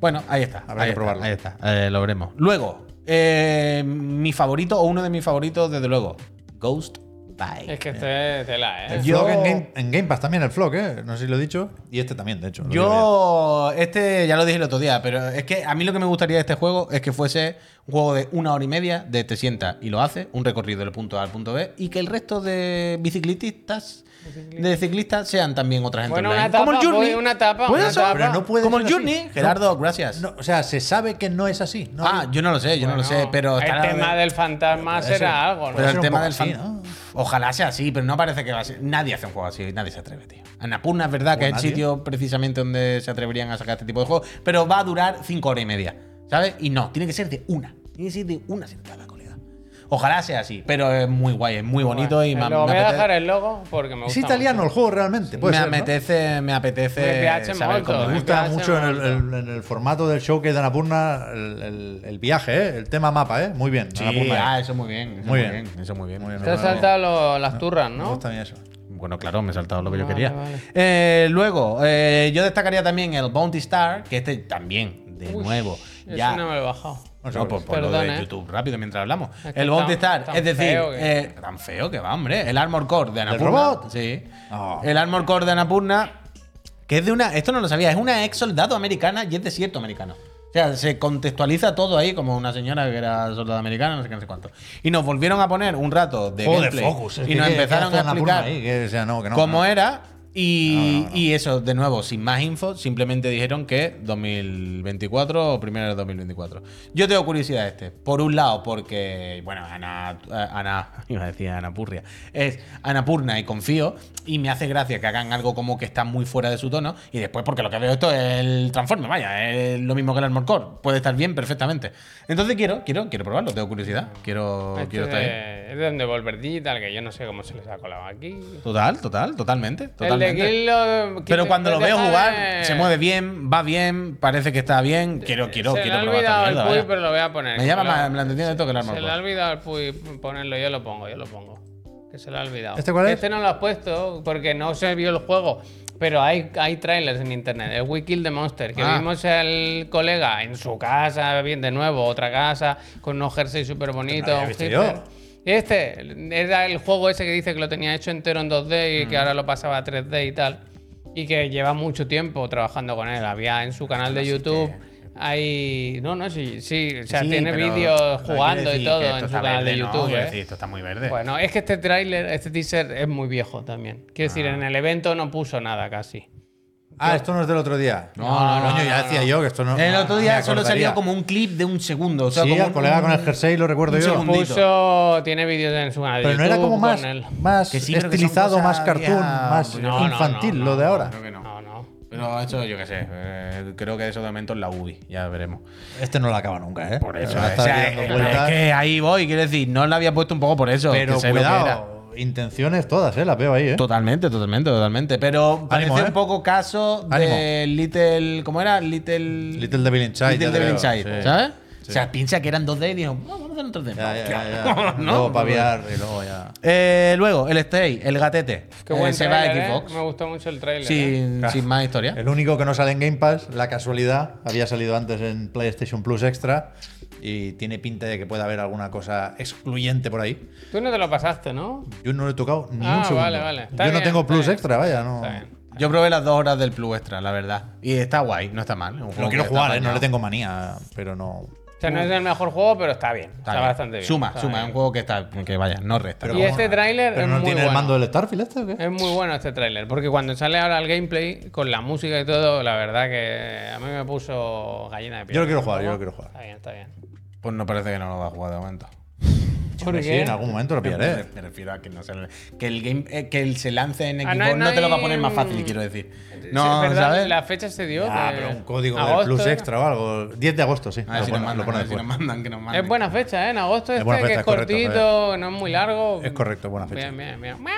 C: Bueno, ahí está.
A: Habrá
C: ahí
A: que
C: está,
A: probarlo.
C: Ahí está, eh, lo veremos. Luego, eh, mi favorito o uno de mis favoritos, desde luego, Ghost Bike.
B: Es que este es tela, ¿eh?
A: El
C: Yo-
A: Flock en Game, en Game Pass también, el Flock, ¿eh? No sé si lo he dicho. Y este también, de hecho. lo digo
C: Yo, este ya lo dije el otro día, pero es que a mí lo que me gustaría de este juego es que fuese un juego de una hora y media, de te sientas y lo haces, un recorrido del punto A al punto B, y que el resto de biciclistas, de ciclistas sean también otra gente.
B: Bueno,
C: online.
B: una
C: como el
B: etapa,
C: Journey.
B: voy- una etapa,
C: Pues
B: una
C: eso,
B: etapa.
A: Pero no puede
C: como
A: ser
C: el
A: así.
C: Journey.
A: No.
C: Gerardo, gracias.
A: ya. No, o sea, se sabe que no es así. No
C: ah, yo no lo sé, yo no lo
B: Bueno,
C: sé, pero
B: El
C: está la-
B: tema del fantasma
A: puede ser.
B: será algo, ¿no?
C: Pero
A: Puede
C: el
A: ser un
C: tema
A: poco
C: del
A: así, ¿no?
C: fan- Ojalá sea así, pero no parece que va a ser. Nadie hace un juego así, nadie se atreve, tío. Annapurna es verdad que es el
A: Pues nadie.
C: sitio precisamente donde se atreverían a sacar este tipo de juegos, pero va a durar cinco horas y media, ¿sabes? Y no, tiene que ser de una. Tiene que ser de una sentada, colega. Ojalá sea así, pero es muy guay, es muy
A: Pues
C: bonito y me,
B: Bueno, Lo
C: me
B: voy a
C: apetece,
B: dejar el logo porque me
A: es
B: gusta.
A: italiano el
B: mucho.
A: juego realmente.
C: me
A: Puede ser, ¿no?
C: apetece, me
B: Me
C: apetece
B: apetece
C: saber
B: mucho,
C: cómo
A: Me
C: es.
B: eh.
A: gusta
B: Me
A: mucho en
B: hace
A: el, el- en el formato del show que de Anapurna el, el- el viaje, ¿eh? el tema mapa, ¿eh? muy bien.
C: Sí,
A: Annapurna.
C: ah, eso muy bien, eso
A: Muy
C: muy
A: bien.
C: bien, eso muy bien.
A: Muy bien,
B: Te has
A: Bueno,
B: saltado lo- las
C: ah,
B: turras,
A: Me
B: ¿no?
A: gusta a mí eso.
C: Bueno, claro, me he saltado lo que yo
B: Vale,
C: quería.
B: vale.
C: Eh, luego, eh, yo destacaría también el Bounty Star, que este también, de
B: Uy,
C: nuevo.
B: ese
C: Ya.
B: no me lo he bajado.
A: No sé
C: No,
A: por
C: por,
A: qué.
C: por lo
B: Perdón,
C: de
B: eh.
C: YouTube, rápido mientras hablamos.
B: Es que
C: el Bounty
B: tan-
C: Star,
B: tan
C: es decir,
B: feo que-
C: eh, tan feo que va, hombre. El Armor Core de Anapurna.
A: robot? Ah.
C: Sí.
A: No.
C: El Armor Core de Anapurna, que es de una. Esto no lo sabía, es una ex soldado americana y es de cierto americano. O sea, se contextualiza todo ahí como una señora que era soldado americana, no sé qué, no sé cuánto. Y nos volvieron a poner un rato de
A: Juego de
C: gameplay
A: focus. es
C: y
A: que
C: nos
A: que- que
C: empezaron a
A: hacen la purga
C: explicar
A: ahí, que, o sea, no, que no,
C: cómo
A: no.
C: era. Y, y eso, de nuevo, sin más info, simplemente dijeron que 2024 o primero de 2024. Yo tengo curiosidad de este. Por un lado, porque, bueno, Ana, eh, Ana, iba a decir Ana Purria, es Anapurna y confío, y me hace gracia que hagan algo como que está muy fuera de su tono, y después porque lo que veo esto es el Transforme, vaya, es lo mismo que el Armor Core, puede estar bien perfectamente. Entonces quiero, quiero, quiero probarlo, tengo curiosidad, quiero,
B: Este
C: quiero estar ahí.
B: de- es de Devolver Digital, que yo no sé cómo se les ha colado aquí.
C: Total, total, totalmente.
B: El
C: totalmente.
B: de Kill lo-
C: Pero
B: Kill
C: cuando lo veo
B: deja
C: jugar,
B: de-
C: se mueve bien, va bien, parece que está bien. Quiero, quiero,
B: se le
C: quiero
B: ha
C: probar esta
B: olvidado el
C: mierda,
B: Puy,
C: vaya.
B: pero lo voy a poner.
C: Me llama
B: Lo-
C: más la atención esto que
B: Se
C: el
B: le ha
C: Armor Core.
B: olvidado al Puy ponerlo, yo lo pongo, yo lo pongo. Que se lo ha olvidado.
A: ¿Este cuál es?
B: Este no lo has puesto porque no se vio el juego. Pero hay, hay trailers en internet. El We Kill the Monster, que
C: Ah.
B: vimos al colega en su casa, bien de nuevo, otra casa, con unos jersey súper bonitos.
A: había
B: un
A: visto
B: hipster.
A: yo.
B: Este era el juego ese que dice que lo tenía hecho entero en 2D
A: Mm.
B: y que ahora lo pasaba a 3D y tal. Y que lleva mucho tiempo trabajando con él. Había en su canal de YouTube. Hay. No, no, sí, sí. O sea,
C: Sí,
B: tiene
C: pero
B: vídeos
C: no quiere
B: jugando y
C: decir
B: todo
C: que esto
B: en su
C: está
B: canal de
C: verde, no,
B: YouTube.
C: quiero
B: ¿eh?
C: decir, esto está muy verde.
B: Bueno, es que este tráiler, este teaser es muy viejo también. Quiero decir, en el evento no puso nada casi.
A: Ah, esto no es del otro día. No,
C: no,
A: Coño,
C: no,
A: ya
C: no,
A: decía
C: no.
A: yo que esto no.
C: el
A: no,
C: otro
A: no
C: día
A: me
C: solo
A: acordaría.
C: salió como un clip de un segundo. O sea,
A: Sí,
C: como
A: al
C: un-
A: colega con el jersey, lo recuerdo
C: un
A: yo.
C: segundo. Mundito.
B: Puso. Tiene vídeos en su canal de
A: Pero no
B: YouTube.
A: era como más,
B: con él.
A: más
C: Que sí, pero que son
A: estilizado, más
C: cosas
A: cartoon,
C: ya-
A: más
C: No,
B: No, no,
A: infantil
B: no,
A: lo
B: no,
A: de
B: no,
A: ahora.
C: creo que no.
B: No,
C: Eh,
B: no.
C: Pero esto yo qué sé. eh, creo que eso de momento es la UBI. Ya veremos.
A: Este no lo acaba nunca, ¿eh?
C: Por eso.
A: Va a
C: o
A: estar
C: sea,
A: dando
C: es
A: vueltas.
C: que ahí voy. Quiero decir, no la había puesto un poco por eso.
A: Pero
C: que sé lo que era.
A: cuidado, intenciones todas, ¿eh? Las veo ahí, ¿eh?
C: Totalmente, totalmente, totalmente. Pero parece
A: ¿eh?
C: un poco caso de
A: Ánimo.
C: Little. ¿Cómo era? Little. Little
A: Little Devil Inside. ya te
C: Devil
A: veo,
C: Inside,
A: sí.
C: ¿sabes? O sea, piensa que eran 2D y dijo, "No, vamos a hacer un 3D.
A: Ya, ya, ya,
C: Hostia.
A: ya.
C: ¿No?
A: Luego paviar y luego ya.
C: Eh, luego, el Stay, el gatete.
B: Qué
C: Eh,
B: buen
C: se va a
B: tráiler, ¿eh?
C: Xbox.
B: Me gustó mucho el tráiler. ¿eh?
C: Sin,
A: Claro.
C: sin más historia.
A: El único que no sale en Game Pass, la casualidad, había salido antes en PlayStation Plus Extra y tiene pinta de que pueda haber alguna cosa excluyente por ahí.
B: Tú no te lo pasaste, ¿no?
A: Yo no le he tocado ni
B: Ah,
A: un segundo.
B: vale, vale. Está
A: Yo no
B: bien,
A: tengo
B: está
A: Plus
B: bien.
A: Extra, vaya, no.
B: Está bien.
C: Yo probé las dos horas del Plus Extra, la verdad. Y está guay, no está mal. es un juego
A: Lo quiero
C: que está
A: jugar, ¿eh?
C: apañado.
A: no le tengo manía, pero no.
B: O sea, no es el mejor juego, pero está bien.
C: Está
B: Está,
C: bien.
B: bastante bien.
C: Suma,
B: Está
C: suma,
B: bien.
C: es un juego que está. Que vaya, no resta.
A: Pero
B: y
A: como-
B: este tráiler
A: ¿Pero
B: es
A: no
B: muy
A: tiene el
B: bueno.
A: mando del Starfield este o qué?
B: Es muy bueno este tráiler, porque cuando sale ahora el gameplay, con la música y todo, la verdad que a mí me puso gallina de piel.
A: Yo lo quiero jugar, yo lo quiero jugar.
B: Está bien, está bien.
C: Pues no parece que no lo va a jugar de momento.
B: ¿Por
A: Sí,
B: qué?
A: en algún momento lo
C: Me,
A: pillaré.
C: me refiero a que no se le- que el game eh, que el se lance en
B: Ah,
C: Xbox
B: no
C: no,
B: hay- no
C: te lo va a
B: hay,
C: poner más fácil,
B: mm,
C: quiero decir.
B: Sí,
C: No,
B: es verdad,
C: ¿sabes?
B: La fecha se dio.
A: Ah,
B: de
A: pero un código
B: agosto,
A: del Plus
B: ¿eh?
A: Extra o algo. 10 de agosto, sí.
C: A ver si
A: pone-
C: nos mandan,
A: pone
C: a ver si nos
A: después.
C: mandan, que nos mandan.
B: Es buena fecha, ¿eh? En agosto
A: Es
B: este,
A: buena
B: que
A: fecha,
B: es
A: es correcto, ¿eh?
B: cortito, que no es muy largo.
A: Es correcto, buena fecha.
B: Bien, bien, bien. ¡Miau!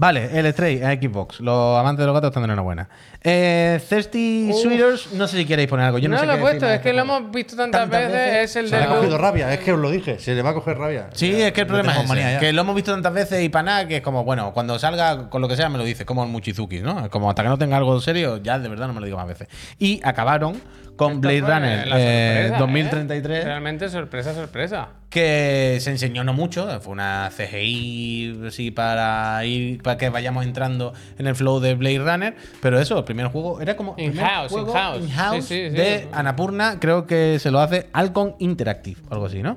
C: Vale, el Stray en Xbox. Los amantes de los gatos tendrán una buena. Eh, Thirsty
B: Uf.
C: Sweeters, no sé si queréis poner algo. Yo no,
B: no
C: sé
B: lo he
C: qué
B: puesto,
C: decir
B: es que lo
C: nada.
B: hemos visto tantas,
C: Tantas
B: veces.
C: veces.
B: Es el
A: Se le ha cogido
B: de.
A: rabia, es que os lo dije, se le va a coger rabia.
C: Sí, es que
A: Le
C: el problema es
A: tengo
C: ese,
A: manía ya.
C: que lo hemos visto tantas veces y para nada que es como, bueno, cuando salga con lo que sea me lo dices, como el Muchizuki, ¿no? Es Como hasta que no tenga algo serio, ya de verdad no me lo digo más veces. Y acabaron con Blade Runner eh, 2033.
B: Realmente sorpresa, sorpresa.
C: que se enseñó no mucho, fue una CGI así para ir para que vayamos entrando en el flow de Blade Runner, pero eso, el primer juego era como
B: In
C: primer
B: house,
C: juego
B: in house.
C: in house
B: Sí, sí, sí.
C: de Anapurna, creo que se lo hace Alcon Interactive o algo así, ¿no?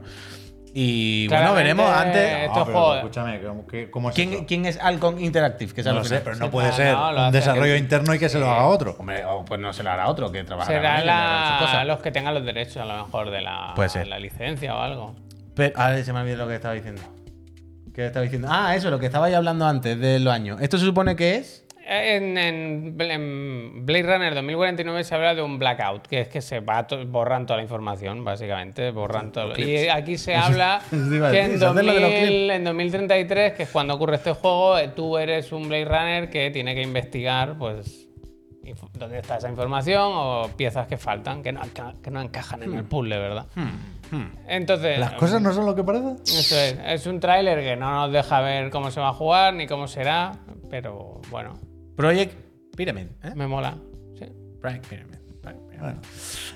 C: Y bueno,
B: Claramente,
C: veremos antes
B: Esto
A: No, Ah, pero
B: joder.
A: escúchame, ¿cómo- qué- ¿cómo es
C: ¿Quién,
A: eso?
C: quién es Alcon Interactive, que es
A: No
C: al
A: lo sé,
C: final.
A: pero no
B: Sí,
A: puede
B: no,
A: ser
B: no, lo
A: un
B: hace
A: desarrollo
B: aquel.
A: interno y que se lo haga otro.
C: Hombre, oh, pues no se la hará otro que trabajará con
B: Será
C: ellos, hará sus
B: la,
C: cosas.
B: los que tengan los derechos, a lo mejor, de la,
C: Puede ser.
B: la licencia o algo.
C: Pero, a ver, se me ha olvidado lo que estaba diciendo. ¿Qué estaba diciendo? Ah, eso, lo que estabais hablando antes de los años. ¿Esto se supone que es?
B: En, en- en Blade Runner 2049 se habla de un blackout, que es que se va to- borran toda la información, básicamente. Borran todo. Y aquí se habla
C: eso te iba a
B: que
C: decir,
B: en,
C: se hacen lo de los
B: 2000
C: clips.
B: en 2033, que es cuando ocurre este juego, eh, tú eres un Blade Runner que tiene que investigar, pues, inf- dónde está esa información o piezas que faltan, que no, enca- que no encajan
C: Hmm.
B: en el puzzle, ¿verdad? Entonces.
A: ¿Las cosas no son lo que parece?
B: Eso es. Es un tráiler que no nos deja ver cómo se va a jugar ni cómo será, pero bueno,
C: Project Pyramid. ¿eh?
B: me mola. Sí.
C: Project Pyramid. Project Pyramid.
A: Mm. Bueno.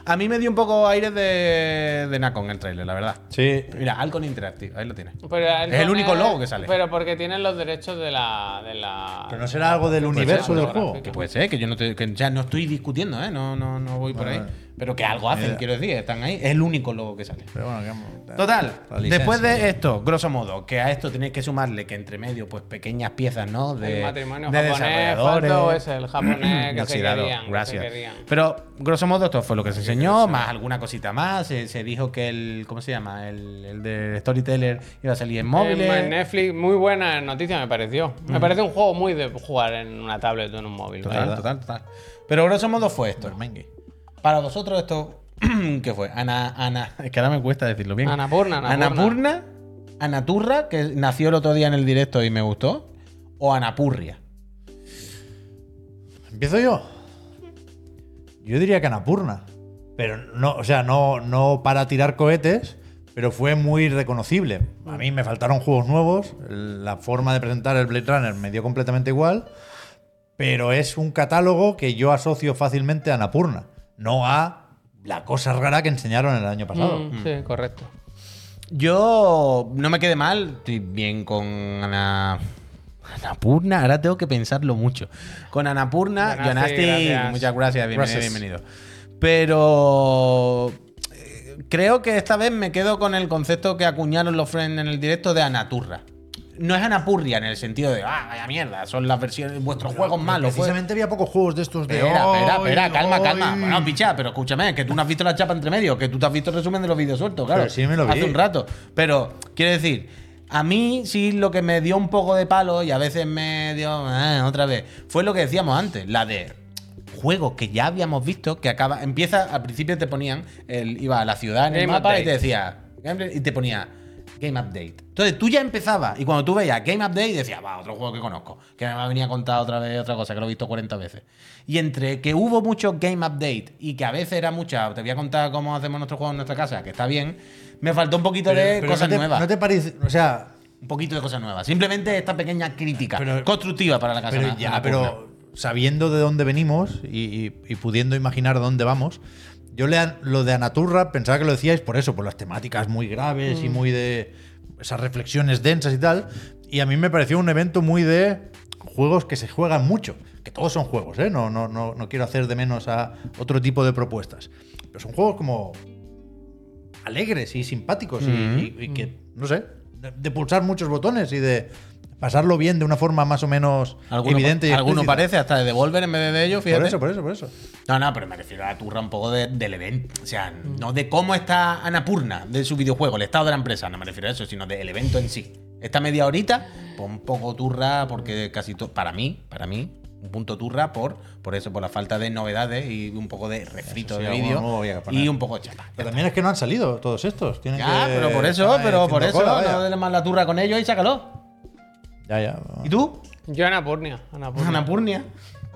C: A mí me dio un poco aires de, de Nacon el trailer, la verdad.
A: Sí.
C: Mira, Alcon Interactive, ahí lo tienes.
B: Pero
C: Es el único logo que sale.
B: Pero porque tienen los derechos de la. De la
A: Pero no será algo del
B: Puede ser
A: universo
B: algo
A: del juego.
B: gráfico.
C: Que puede ser, que yo no, te- que ya no estoy discutiendo, ¿eh? No, no, no voy por
A: Vale,
C: ahí.
A: vale.
C: Pero que algo hacen,
A: Mira.
C: quiero decir, están ahí. Es el único logo que sale.
A: Pero bueno, que vamos-
C: Total,
A: La licencia,
C: después de
A: tío.
C: esto, grosso modo, que a esto tenéis que sumarle que entre medio, pues pequeñas piezas, ¿no? De,
B: el matrimonio
C: de
B: japonés
C: desarrolladores.
B: falto es el japonés eh, que se
C: Oxidado,
B: querían. que se
C: gracias.
B: querían.
C: Pero, grosso modo, esto fue lo que se enseñó, más alguna cosita más. Se, se dijo que el, ¿cómo se llama? El, el de Storyteller iba a salir en móviles. Mm.
B: En Netflix, muy buena noticia me pareció. Me parece un juego muy de jugar en una tablet o en un móvil.
C: Total,
B: ¿verdad?
C: total, total. Pero grosso modo fue esto. Para vosotros esto, ¿qué fue? Ana, Ana, es que ahora me cuesta decirlo bien.
B: Anapurna, Anapurna.
C: Anapurna, Anaturra, que nació el otro día en el directo y me gustó, o Anapurria.
A: ¿Empiezo yo? Yo diría que Anapurna. Pero no, o sea, no, no para tirar cohetes, pero fue muy reconocible. A mí me faltaron juegos nuevos, la forma de presentar el Blade Runner me dio completamente igual, pero es un catálogo que yo asocio fácilmente a Anapurna, no a la cosa rara que enseñaron el año pasado.
B: Mm, Sí, correcto.
C: Yo no me quedé mal, estoy bien con Ana. Anapurna, ahora tengo que pensarlo mucho. Con Anapurna,
B: Yanasti,
C: Yanasti,
B: gracias.
C: muchas gracias, bienvenido,
A: Gracias.
C: bienvenido. Pero eh, creo que esta vez me quedo con el concepto que acuñaron los friends en el directo de Anaturra. No es Anapurria en el sentido de, ah, vaya mierda, son las versiones, vuestros juegos malos. pues". fue-
A: Precisamente había pocos juegos de estos de.
C: Espera, espera,
A: hoy,
C: espera, calma,
A: hoy.
C: calma. Bueno, picha, pero escúchame, que tú no has visto la chapa entre medio, que tú te has visto el resumen de los vídeos sueltos, claro.
A: Pero sí me lo vi.
C: Hace un rato. Pero, quiero decir, a mí sí lo que me dio un poco de palo y a veces me dio eh, otra vez, fue lo que decíamos antes, la de juegos que ya habíamos visto, que acaba, empieza, al principio te ponían, el, iba a la ciudad en el
B: Game
C: mapa y
B: Update.
C: te decía, "Gameplay", y te ponía Game Update. Entonces tú ya empezabas y cuando tú veías Game Update decías, va, otro juego que conozco, que me va a venir a contar otra vez otra cosa que lo he visto 40 veces. Y entre que hubo mucho Game Update y que a veces era mucha, te voy a contar cómo hacemos nuestro juego en nuestra casa, que está bien, me faltó un poquito
A: Pero-
C: de
A: pero
C: cosas
A: no te-
C: nuevas.
A: No te parece. O sea,
C: Un poquito de cosas nuevas. Simplemente esta pequeña crítica
A: Pero-
C: constructiva para la casa.
A: Pero
C: na-
A: ya,
C: nocturna.
A: pero sabiendo de dónde venimos y, y- y pudiendo imaginar dónde vamos, yo le, an- lo de Anaturra pensaba que lo decíais por eso, por las temáticas muy graves y muy de esas reflexiones densas y tal. Y a mí me pareció un evento muy de juegos que se juegan mucho, que todos son juegos, ¿eh? No, no, no, no quiero hacer de menos a otro tipo de propuestas. Pero son juegos como alegres y simpáticos y-
C: Mm.
A: y, y que, no sé, de, de pulsar muchos botones y de pasarlo bien de una forma más o menos
C: Alguno,
A: evidente y
C: alguno
A: explícita.
C: parece hasta de Devolver en vez de ellos, fíjate.
A: Por eso, por eso, por eso.
C: No, no, pero me refiero a la turra un poco de- del evento. O sea,
A: Mm.
C: no de cómo está Anapurna de su videojuego, el estado de la empresa, no me refiero a eso, sino del evento en sí. Esta media horita, pues un poco turra, porque casi todo. Para mí, para mí, un punto turra por, por eso, por la falta de novedades y un poco de refrito
A: Eso sí,
C: de
A: alguno nuevo había
C: vídeo
A: que poner.
C: y un poco de chapa.
A: Pero también es que no han salido todos estos. Tienen
C: Ya,
A: que
C: pero por eso,
A: estar
C: pero
A: haciendo
C: por eso,
A: cola,
C: no
A: vaya.
C: denle más la turra con ellos y sácalo.
A: Ya, ya.
C: ¿Y tú?
B: Yo Anapurnia. Anapurna.
C: Anapurnia.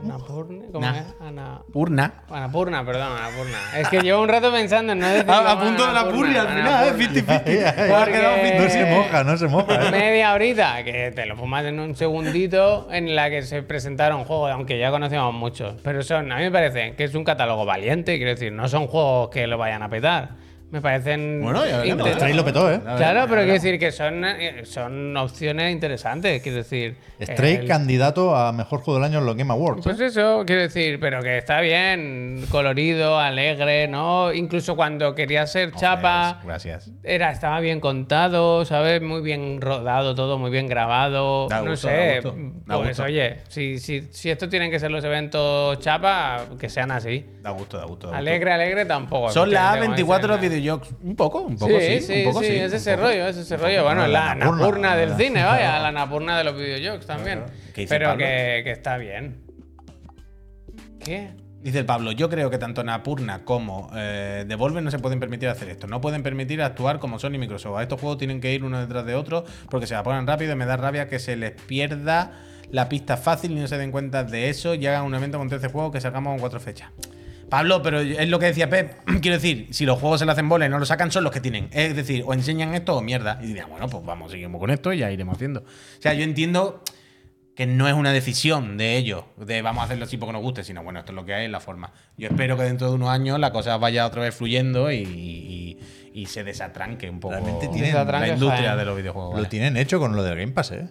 B: Anapurnia. ¿Cómo
C: Nah.
B: es? Ana-
C: Urna.
B: Anapurna, perdón, Anapurna. Es que llevo un rato pensando en no decir.
C: Ah, A, a punto de la purria
B: purria
C: al final, ¿eh? 50-50.
A: Ya, ya.
B: Porque-
A: No se moja, no se moja. ¿eh?
B: Media horita, que te lo fumas en un segundito, en la que se presentaron juegos, aunque ya conocíamos muchos. Pero son, a mí me parece que es un catálogo valiente, quiero decir, no son juegos que lo vayan a petar. Me parecen.
C: Bueno, ya veremos,
B: inter-
A: El trailer lo petó, ¿eh?
B: Claro, pero quiero decir que son, eh, son opciones interesantes, quiero decir.
A: Stray
B: el-
A: candidato a mejor juego del año en los Game Awards. ¿eh?
B: pues eso, quiero decir, pero que está bien, colorido, alegre, ¿no? Incluso cuando quería ser chapa,
C: Gracias.
B: era, estaba bien contado, ¿sabes? Muy bien rodado todo, muy bien grabado.
C: Da
B: no
C: gusto, da
B: sé.
C: gusto, da
B: pues
C: gusto.
B: oye, si, si, si esto tienen que ser los eventos chapa, que sean así.
C: Da gusto, da gusto. da gusto.
B: Alegre, alegre tampoco.
C: Son las
B: efectivamente,
C: A24 los
B: como dicen,
C: videojuegos. Un poco, un
B: ¿no?
C: poco sí.
B: sí, sí,
C: un poco,
B: sí,
C: sí,
B: es
C: un
B: ese
C: poco.
B: rollo, es ese rollo. Bueno,
A: la
B: la
A: anapurna,
B: anapurna del
A: la-
B: cine, vaya, la anapurna de los videojuegos también.
C: ¿Qué dice
B: Pero
C: Pablo?
B: que, que está bien. ¿Qué?
C: Dice el Pablo, yo creo que tanto Napurna como eh, Devolver no se pueden permitir hacer esto. No pueden permitir actuar como Sony y Microsoft. A estos juegos tienen que ir uno detrás de otro porque se evaporan rápido y me da rabia que se les pierda la pista fácil y no se den cuenta de eso y hagan un evento con 13 juegos que sacamos en cuatro fechas. Pablo, pero es lo que decía Pep. Quiero decir, si los juegos se le hacen bola y no lo sacan, son los que tienen. Es decir, o enseñan esto o mierda. Y diría, bueno, pues vamos, seguimos con esto y ya iremos haciendo. O sea, yo entiendo que no es una decisión de ellos, de vamos a hacerlo así porque nos guste, sino bueno, esto es lo que hay, es la forma. Yo espero que dentro de unos años la cosa vaya otra vez fluyendo y, y- y se desatranque un poco
A: Realmente tienen-
C: la
B: Desatranque
C: industria
B: Jaén.
C: de los videojuegos.
A: Lo
C: ¿vale?
A: tienen hecho con lo del Game Pass, ¿eh?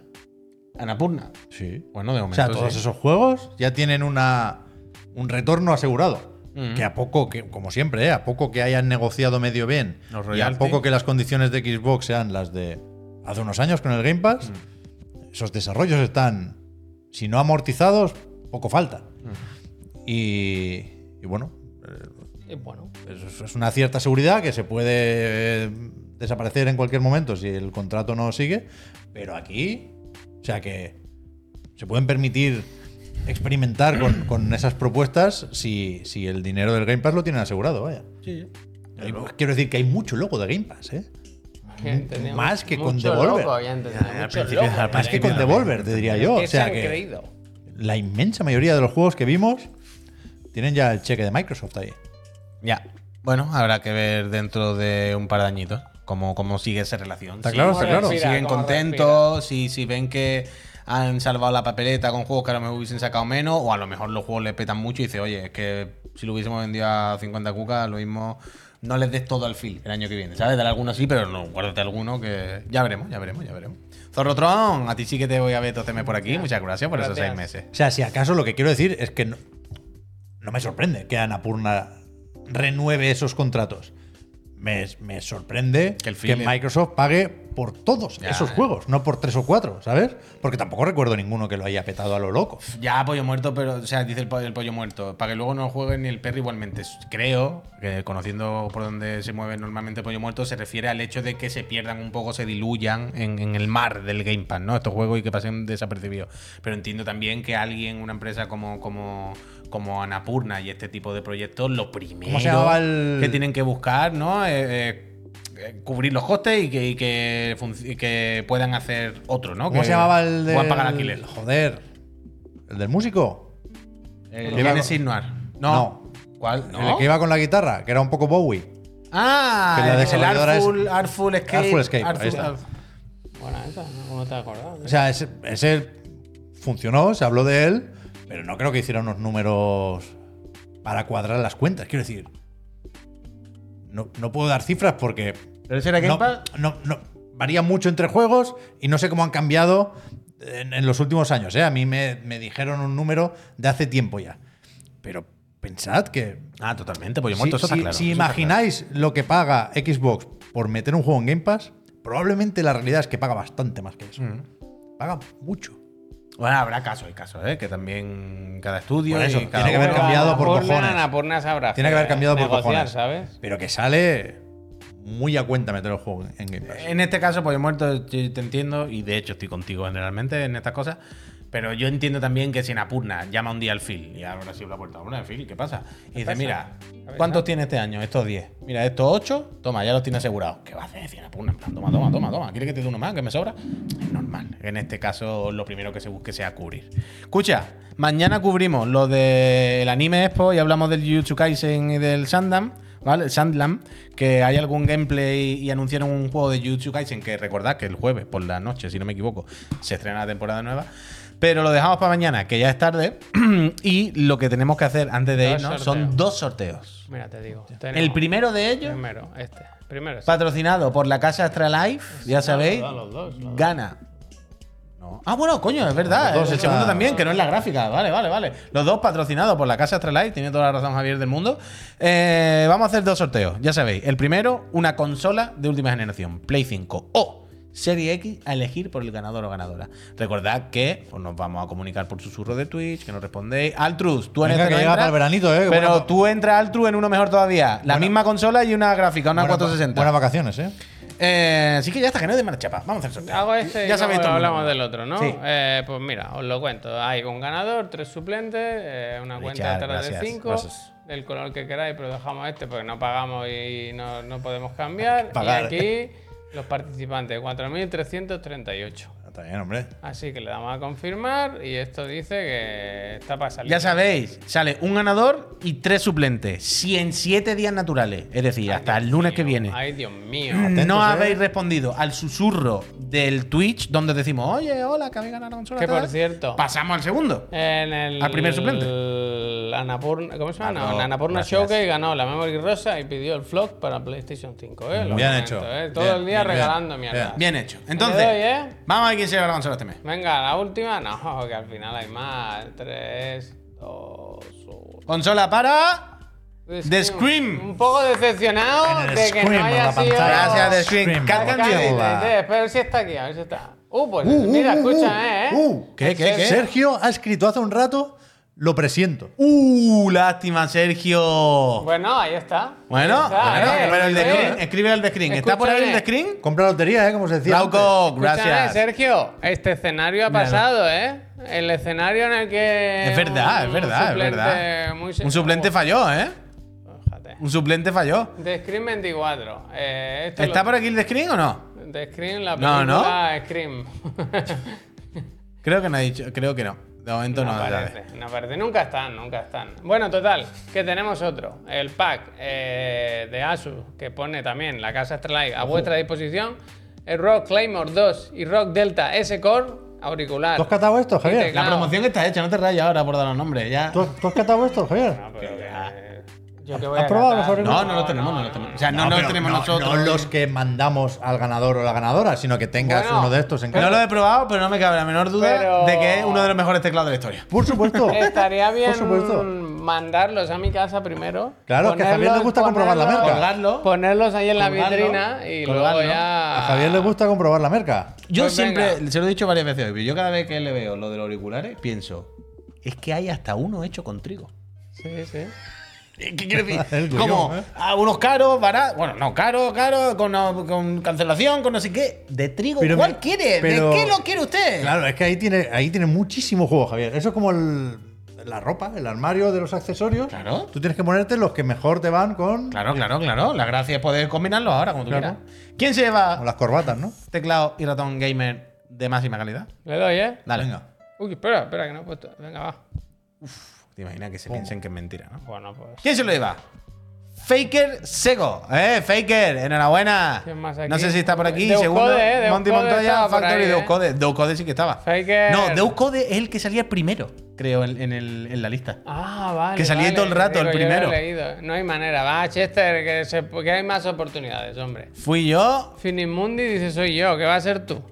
C: Anapurna.
A: Sí.
C: Bueno, de
A: O
C: momento.
A: sea, todos
C: sí.
A: esos juegos ya tienen una, un retorno asegurado.
C: Mm.
A: Que a poco, que, como siempre, ¿eh? a poco que hayan negociado medio bien
C: Los
A: y a
C: royalty.
A: poco que las condiciones de Xbox sean las de hace unos años con el Game Pass,
C: Mm.
A: esos desarrollos están, si no amortizados, poco falta.
C: Mm.
A: Y, y bueno,
B: Y bueno,
A: eso es- es una cierta seguridad que se puede eh, desaparecer en cualquier momento si el contrato no sigue, pero aquí, o sea que se pueden permitir experimentar con, con esas propuestas si, si el dinero del Game Pass lo tienen asegurado, vaya. Hay- Quiero decir que hay mucho loco de Game Pass, ¿eh?
B: que entendemos
A: Más que con
B: mucho
A: Devolver.
B: loco, ya entendemos,
C: Ya, al
B: mucho
C: principio-
B: loco,
C: al
B: ya
A: Más que
B: entendemos.
A: con Devolver, te diría yo.
B: ¿Qué
A: O sea
B: se han
A: que
B: creído?
A: la inmensa mayoría de los juegos que vimos tienen ya el cheque de Microsoft ahí.
C: Ya. Bueno, habrá que ver dentro de un par de añitos cómo, cómo sigue esa relación.
A: Está
C: Si-
A: claro, está
C: si
A: claro.
C: siguen
B: Respira, cómo
C: contentos, si, si ven que han salvado la papeleta con juegos que a lo mejor hubiesen sacado menos, o a lo mejor los juegos les petan mucho y dice, oye, es que si lo hubiésemos vendido a 50 cucas, lo mismo no les des todo al fil el año que viene, ¿sabes? Dale alguno sí, pero no, guárdate alguno que ya veremos, ya veremos, ya veremos. Zorrotron, a ti sí que te voy a ver toteme por aquí. Muchas gracias por esos
B: Gracias.
C: seis meses.
A: O sea, si acaso lo que quiero decir es que no, no me sorprende que Anapurna renueve esos contratos. Me, me sorprende
C: Que
A: que,
C: el feeling-
A: Microsoft pague por todos
C: Ya,
A: esos
C: eh.
A: juegos, no por tres o cuatro, ¿sabes? Porque tampoco recuerdo ninguno que lo haya petado a lo loco.
C: Ya, pollo muerto, pero, o sea, dice el, po- el pollo muerto, para que luego no juegue ni el perro igualmente. S- Creo que conociendo por dónde se mueve normalmente el pollo muerto, se refiere al hecho de que se pierdan un poco, se diluyan en, en el mar del Game Pass, ¿no? Estos juegos y que pasen desapercibidos. Pero entiendo también que alguien, una empresa como, como, como Anapurna y este tipo de proyectos, lo primero
A: llamaba el-
C: que tienen que buscar, ¿no? Eh, eh, eh, cubrir los costes y que, y que, func- y que puedan hacer otro, ¿no?
A: ¿Cómo
C: que
A: se llamaba el de.?
C: puedan pagar alquiler.
A: Joder. ¿El del músico? Lo
C: El que
A: que
C: viene
A: hago.
C: sin Noir.
A: No.
C: ¿Cuál?
A: El que iba con la guitarra, que era un poco Bowie.
C: Ah,
A: que la
C: el- el
A: desarrolladora es-
C: Artful, Artful Escape.
A: Artful Escape, ahí está.
B: Buena esa, ¿no? ¿Cómo te has acordado?
A: O sea, ese, ese funcionó, se habló de él, pero no creo que hiciera unos números para cuadrar las cuentas. Quiero decir, no, no puedo dar cifras porque
C: ¿Pero ese era Game
A: no,
C: Pass?
A: no- no- varía mucho entre juegos y no sé cómo han cambiado en, en los últimos años. ¿eh? A mí me, me dijeron un número de hace tiempo ya. Pero pensad que
C: Ah, totalmente, pollo
A: si-
C: muerto, eso está
A: si,
C: claro.
A: si
C: eso está
A: imagináis lo que paga Xbox por meter un juego en Game Pass, probablemente la realidad es que paga bastante más que eso.
C: claro. Mm.
A: Paga mucho.
C: Bueno, habrá casos y casos, ¿eh? Que también cada estudio.
A: Por eso,
C: y cada
A: tiene que haber
C: uno-
B: Pero
A: cambiado por
B: Annapurna,
A: cojones.
B: Annapurna sabrá
A: Tiene que haber cambiado por
B: negociar,
A: cojones.
B: ¿sabes?
A: Pero que sale muy a cuenta meter el juego en Game Pass.
B: Eh,
C: En este caso, pollo muerto, yo te entiendo, y de hecho estoy contigo generalmente en estas cosas. Pero yo entiendo también que si Napurna llama un día al Phil y ahora sí la puerta, bueno, Phil, ¿qué pasa? Y dice,
B: pasa?
C: mira,
B: ver,
C: ¿cuántos tiene este año? Estos 10. Mira, estos 8, toma, ya los tiene asegurados. ¿Qué va a hacer? Decir Napurna, en plan, toma, toma, toma, toma. ¿Quieres que te dé uno más? ¿Que me sobra? Es normal. En este caso, lo primero que se busque sea cubrir. Escucha, mañana cubrimos lo del anime Expo y hablamos del Jujutsu Kaisen y del Sandam. ¿Vale? Sandlam, que hay algún gameplay y anunciaron un juego de Jujutsu Kaisen que recordad que el jueves por la noche, si no me equivoco, se estrena la temporada nueva. Pero lo dejamos para mañana, que ya es tarde. y lo que tenemos que hacer antes de
B: Dos
C: irnos son
B: sorteos.
C: dos sorteos.
B: Mira, te digo.
C: El
B: tenemos-
C: primero de ellos,
B: Primero, este. Primero, sí.
C: patrocinado por la casa Astralife, ya sabéis,
B: da los dos, los dos.
C: gana. No. Ah, bueno, coño, es verdad.
A: Los dos
C: el
A: está-
C: segundo también, que no es la gráfica. Vale, vale, vale. Los dos patrocinados por la casa Astralife, tiene toda la razón Javier del mundo. Eh, vamos a hacer dos sorteos, ya sabéis. El primero, una consola de última generación, Play 5 o Serie X a elegir por el ganador o ganadora. Recordad que pues, nos vamos a comunicar por susurro de Twitch, que nos respondéis. Altrus, tú en
A: Venga,
C: este
A: que
C: no
A: llega para
C: entras,
A: el veranito, ¿eh?
C: Pero
A: Buena-
C: tú entras Altru en uno mejor todavía. La
A: Buena-
C: misma consola y una gráfica, una
A: buena-
C: 460.
A: Buenas vacaciones, ¿eh?
C: Eh, así que ya está, que no es de marcha pa. Vamos a hacer sorteo.
B: Hago este y
C: ya
B: ya
C: sabéis todo el
B: hablamos
C: mundo.
B: del otro, ¿no?
C: Sí.
B: Eh, pues mira, os lo cuento. Hay un ganador, tres suplentes, eh, una cuenta
C: Richard,
B: de atrás
C: gracias,
B: de cinco,
C: gracias.
B: del color que queráis, pero dejamos este porque no pagamos y no, no podemos cambiar.
A: pagar.
B: Y aquí los participantes, 4.338.
A: Ah, Está bien, hombre.
B: Así que le damos a confirmar y esto dice que está para salir.
C: Ya sabéis, sale un ganador y tres suplentes. Si en siete días naturales, es decir, hasta el lunes que viene, Mm.
B: Ay, Dios mío.
C: no
A: eh.
C: habéis respondido al susurro del Twitch donde decimos, oye, hola, que habéis ganado la consola.
B: Que por
C: tal".
B: cierto,
C: Pasamos al segundo.
B: en el.
C: al primer suplente.
B: el Anapurna, ¿Cómo se llama?
C: Ah,
B: No, en
C: no,
B: Anapurna
C: gracias.
B: Showcase ganó la Memory Rosa y pidió el vlog para PlayStation 5. ¿eh? Lo
A: Bien
B: lamento,
A: hecho.
B: ¿eh? Todo
A: Bien, bien,
B: el día
A: bien.
B: regalando mierda.
C: Bien hecho.
B: Le
C: Entonces,
B: doy, ¿eh?
C: vamos a ver quién se lleva la consola este mes.
B: Venga, la última. No, que al final hay más. 3, 2, 1.
C: Consola para. The Scream.
B: Un poco decepcionado
A: En el
B: de que no
A: Scream, en
B: haya
A: la
B: sido.
A: pantalla.
C: Gracias, The
A: Scream.
C: Screen.
B: Cállate,
C: Cargan
B: cállate, Pero si está aquí, a ver si está. Uh, pues
A: Uh, uh,
B: eh. mira,
A: uh, uh,
B: escúchame, ¿eh?
A: uh.
C: ¿Qué, qué, qué?
A: Sergio ha escrito hace un rato, lo presiento.
C: Uh, lástima, Sergio.
B: Bueno, ahí está.
C: Bueno,
B: Ahí está,
C: bueno,
B: eh,
C: pero el de
B: eh.
C: screen, escribe el de screen. ¿Está por ahí el de
B: Escúchame.
C: screen?
A: Compra lotería, ¿eh? Como se decía. antes.
C: Glauco,
B: Escúchame,
C: gracias.
B: eh, Sergio, este escenario ha pasado, ¿eh? El escenario en el que.
C: Es verdad, es
B: un
C: verdad, es
B: suplente
C: verdad.
B: muy se-
C: Un suplente falló, ¿eh?
B: Fíjate.
C: Un suplente falló.
B: The Scream 24. Eh, esto
C: ¿Está
B: lo-
C: por aquí el de screen o no?
B: The Scream, la
C: No,
B: película
C: ¿no?
B: Scream.
C: Creo que no ha dicho, creo que no. De momento no, ¿sabes?
B: aparece, no aparece. Nunca están, nunca están. Bueno, total, que tenemos otro. El pack eh, de Asus, que pone también la casa Strike a vuestra disposición. El Rock Claymore 2 y Rock Delta S-Core auricular.
A: ¿Tú has catado esto,
B: Y
A: Javier?
B: teclado.
C: La promoción está hecha, no te rayes ahora por dar los nombres, ya.
A: ¿Tú, tú has catado esto, Javier?
B: No, pero que- yo que voy
A: ¿Has
B: a
A: probado los
B: catar.
A: auriculares?
C: No, no lo tenemos, no lo tenemos. O sea, no,
A: pero
C: lo tenemos
A: no-
C: nosotros.
A: No los que mandamos al ganador o la ganadora, sino que tengas
B: Bueno,
A: uno de estos en
C: No
A: casa.
C: lo he probado, pero no me cabe la menor duda
B: Pero-
C: de que es uno de los mejores teclados de la historia.
A: Por supuesto.
B: Estaría bien
A: Por supuesto.
B: mandarlos a mi casa primero.
A: Claro, es que a Javier le gusta comprobar la
B: ponerlos-
A: marca.
C: Colgarlo.
B: Ponerlos ahí en la
C: Colgarlo,
B: vitrina y
C: colgarlo.
B: luego ya.
A: A Javier le gusta comprobar la merca.
C: Yo
B: Pues
C: siempre,
B: venga.
C: se lo he dicho varias veces hoy, pero yo cada vez que le veo lo de los auriculares, pienso, es que hay hasta uno hecho con trigo.
B: Sí, sí.
C: ¿Qué quiere
A: El
C: decir?
A: guión,
C: Como
A: ¿eh?
C: ah, unos caros, baratos. Bueno, no, caro, caro, con, con cancelación, con no sé qué. De trigo.
A: Pero
C: ¿Cuál
A: me-
C: quiere?
A: pero-
C: ¿De qué lo quiere usted?
A: Eh, Claro, es que ahí tiene, ahí tiene muchísimo juego, Javier. Eso es como el- la ropa, el armario de los accesorios.
C: Claro.
A: Tú tienes que ponerte los que mejor te van con,
C: Claro, claro, claro. La gracia es poder combinarlo ahora, como tú
A: Claro.
C: quieras. ¿Quién se lleva
A: con las corbatas, ¿no?
C: teclado y ratón gamer de máxima calidad?
B: Le doy, ¿eh?
C: Dale.
A: Venga.
B: Uy, espera, espera, que no he puesto. Venga, va.
C: Te imaginas que se piensen que es mentira, ¿no?
B: Bueno, pues.
C: ¿Quién se lo lleva? Faker Sego. Eh, Faker, enhorabuena.
B: ¿Quién más aquí?
C: No sé si está por aquí.
B: Deucode,
C: Segundo,
B: eh, Deucode
C: Monty
B: estaba
C: Montoya,
B: por
C: Factory,
B: ahí, eh.
C: Deucode. Deucode sí que estaba.
B: Faker.
C: No, Deucode es el que salía primero, creo, en, en el- en la lista.
B: Ah, vale.
C: Que salí
B: vale,
C: todo el
B: digo,
C: rato, el
B: yo lo he
C: primero.
B: leído. No hay manera. Va, Chester, que, se- que hay más oportunidades, hombre.
C: Fui yo.
B: Finimundi dice soy yo, que va a ser tú.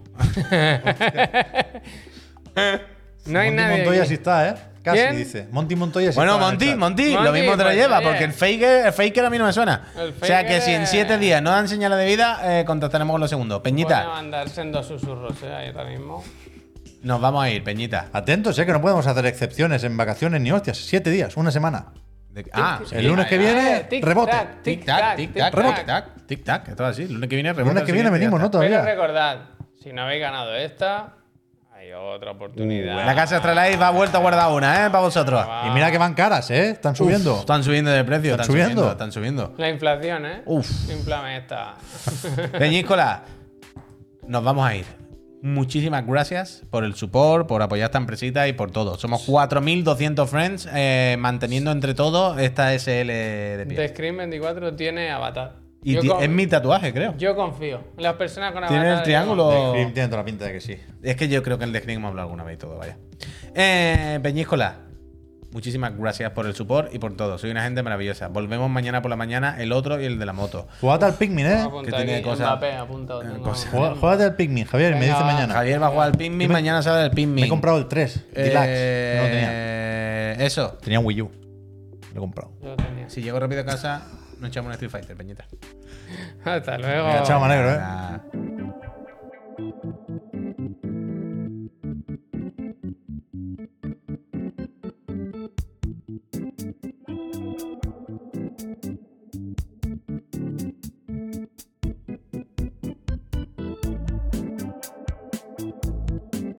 B: no hay
A: Monty
B: nadie.
A: Montoya
B: aquí.
A: sí está, ¿eh? Casi
B: ¿Quién?
A: dice. Monty Montoya sí
C: Bueno,
A: está en el
C: Monty,
A: chat.
C: Monty, lo
B: Monty,
C: mismo te lo
B: pues,
C: lleva,
B: oye.
C: porque el Faker, el Faker a mí no me suena.
B: El
C: O sea que
B: Faker
C: si en
B: es-
C: siete días no dan señales de vida, eh, contactaremos con los segundos.
B: Voy a
C: Peñita,
B: mandar sendos susurros, eh, ahí ahora mismo.
C: nos vamos a ir, Peñita.
A: Atentos, ¿eh? Que no podemos hacer excepciones en vacaciones ni hostias. Siete días, una semana.
C: De- Ah,
A: El lunes que viene, rebote.
B: Tic-tac, tic-tac,
C: Tic-tac, tic-tac,
B: tic-tac.
C: tic-tac, tic-tac. Esto es así. El lunes que viene,
A: El
C: rebote.
A: lunes que
C: el
A: viene
C: siguiente,
A: venimos,
C: ya
A: ¿no?
C: está.
A: Todavía.
B: Pero recordad, si no habéis ganado esta, hay otra oportunidad.
C: Uh, La casa Astralife ha vuelto a guardar una, ¿eh? Para vosotros.
A: Y mira que van caras, ¿eh? Están subiendo.
C: Están subiendo de precio,
A: Están
C: están subiendo.
A: subiendo.
C: están subiendo.
B: La inflación, ¿eh?
C: Uf.
B: Inflame esta.
C: Peñíscola, nos vamos a ir. Muchísimas gracias por el support, por apoyar esta empresita y por todo. Somos 4.200 friends eh, manteniendo entre todos esta SL de pie.
B: The Scream 24 tiene avatar.
C: Y
B: yo,
C: ti-
B: con-
C: es mi tatuaje, creo.
B: yo confío. Las personas con avatar.
C: Tiene el
B: yo
C: triángulo.
A: Sí, Tiene toda la pinta de que sí.
C: Es que yo creo que el de Screen hemos hablado alguna vez y todo, vaya. Eh, Peñíscola, muchísimas gracias por el support y por todo. Soy una gente maravillosa. Volvemos mañana por la mañana, el otro y el de la moto.
A: Jugate al Pikmin,
B: confío.
A: ¿eh?
B: Apunta
C: que tiene
B: aquí,
C: cosas-
B: Mbappé, apuntado, tengo-
C: cosas.
A: Ju- Jugate al Pikmin, Javier, me
B: Venga,
A: dice
B: va.
A: mañana.
C: Javier va a jugar al Pikmin, mañana sale el Pikmin.
A: Me he comprado el 3, Deluxe. No lo tenía.
C: Eh, Eso.
A: Tenía Wii U. Lo he comprado.
B: Yo tenía.
C: Si llego rápido a casa, nos echamos un Street Fighter, Peñita.
A: ¿Eh?
B: Hasta luego.
A: Venga, chao, me alegro, ¿eh?
C: Ah.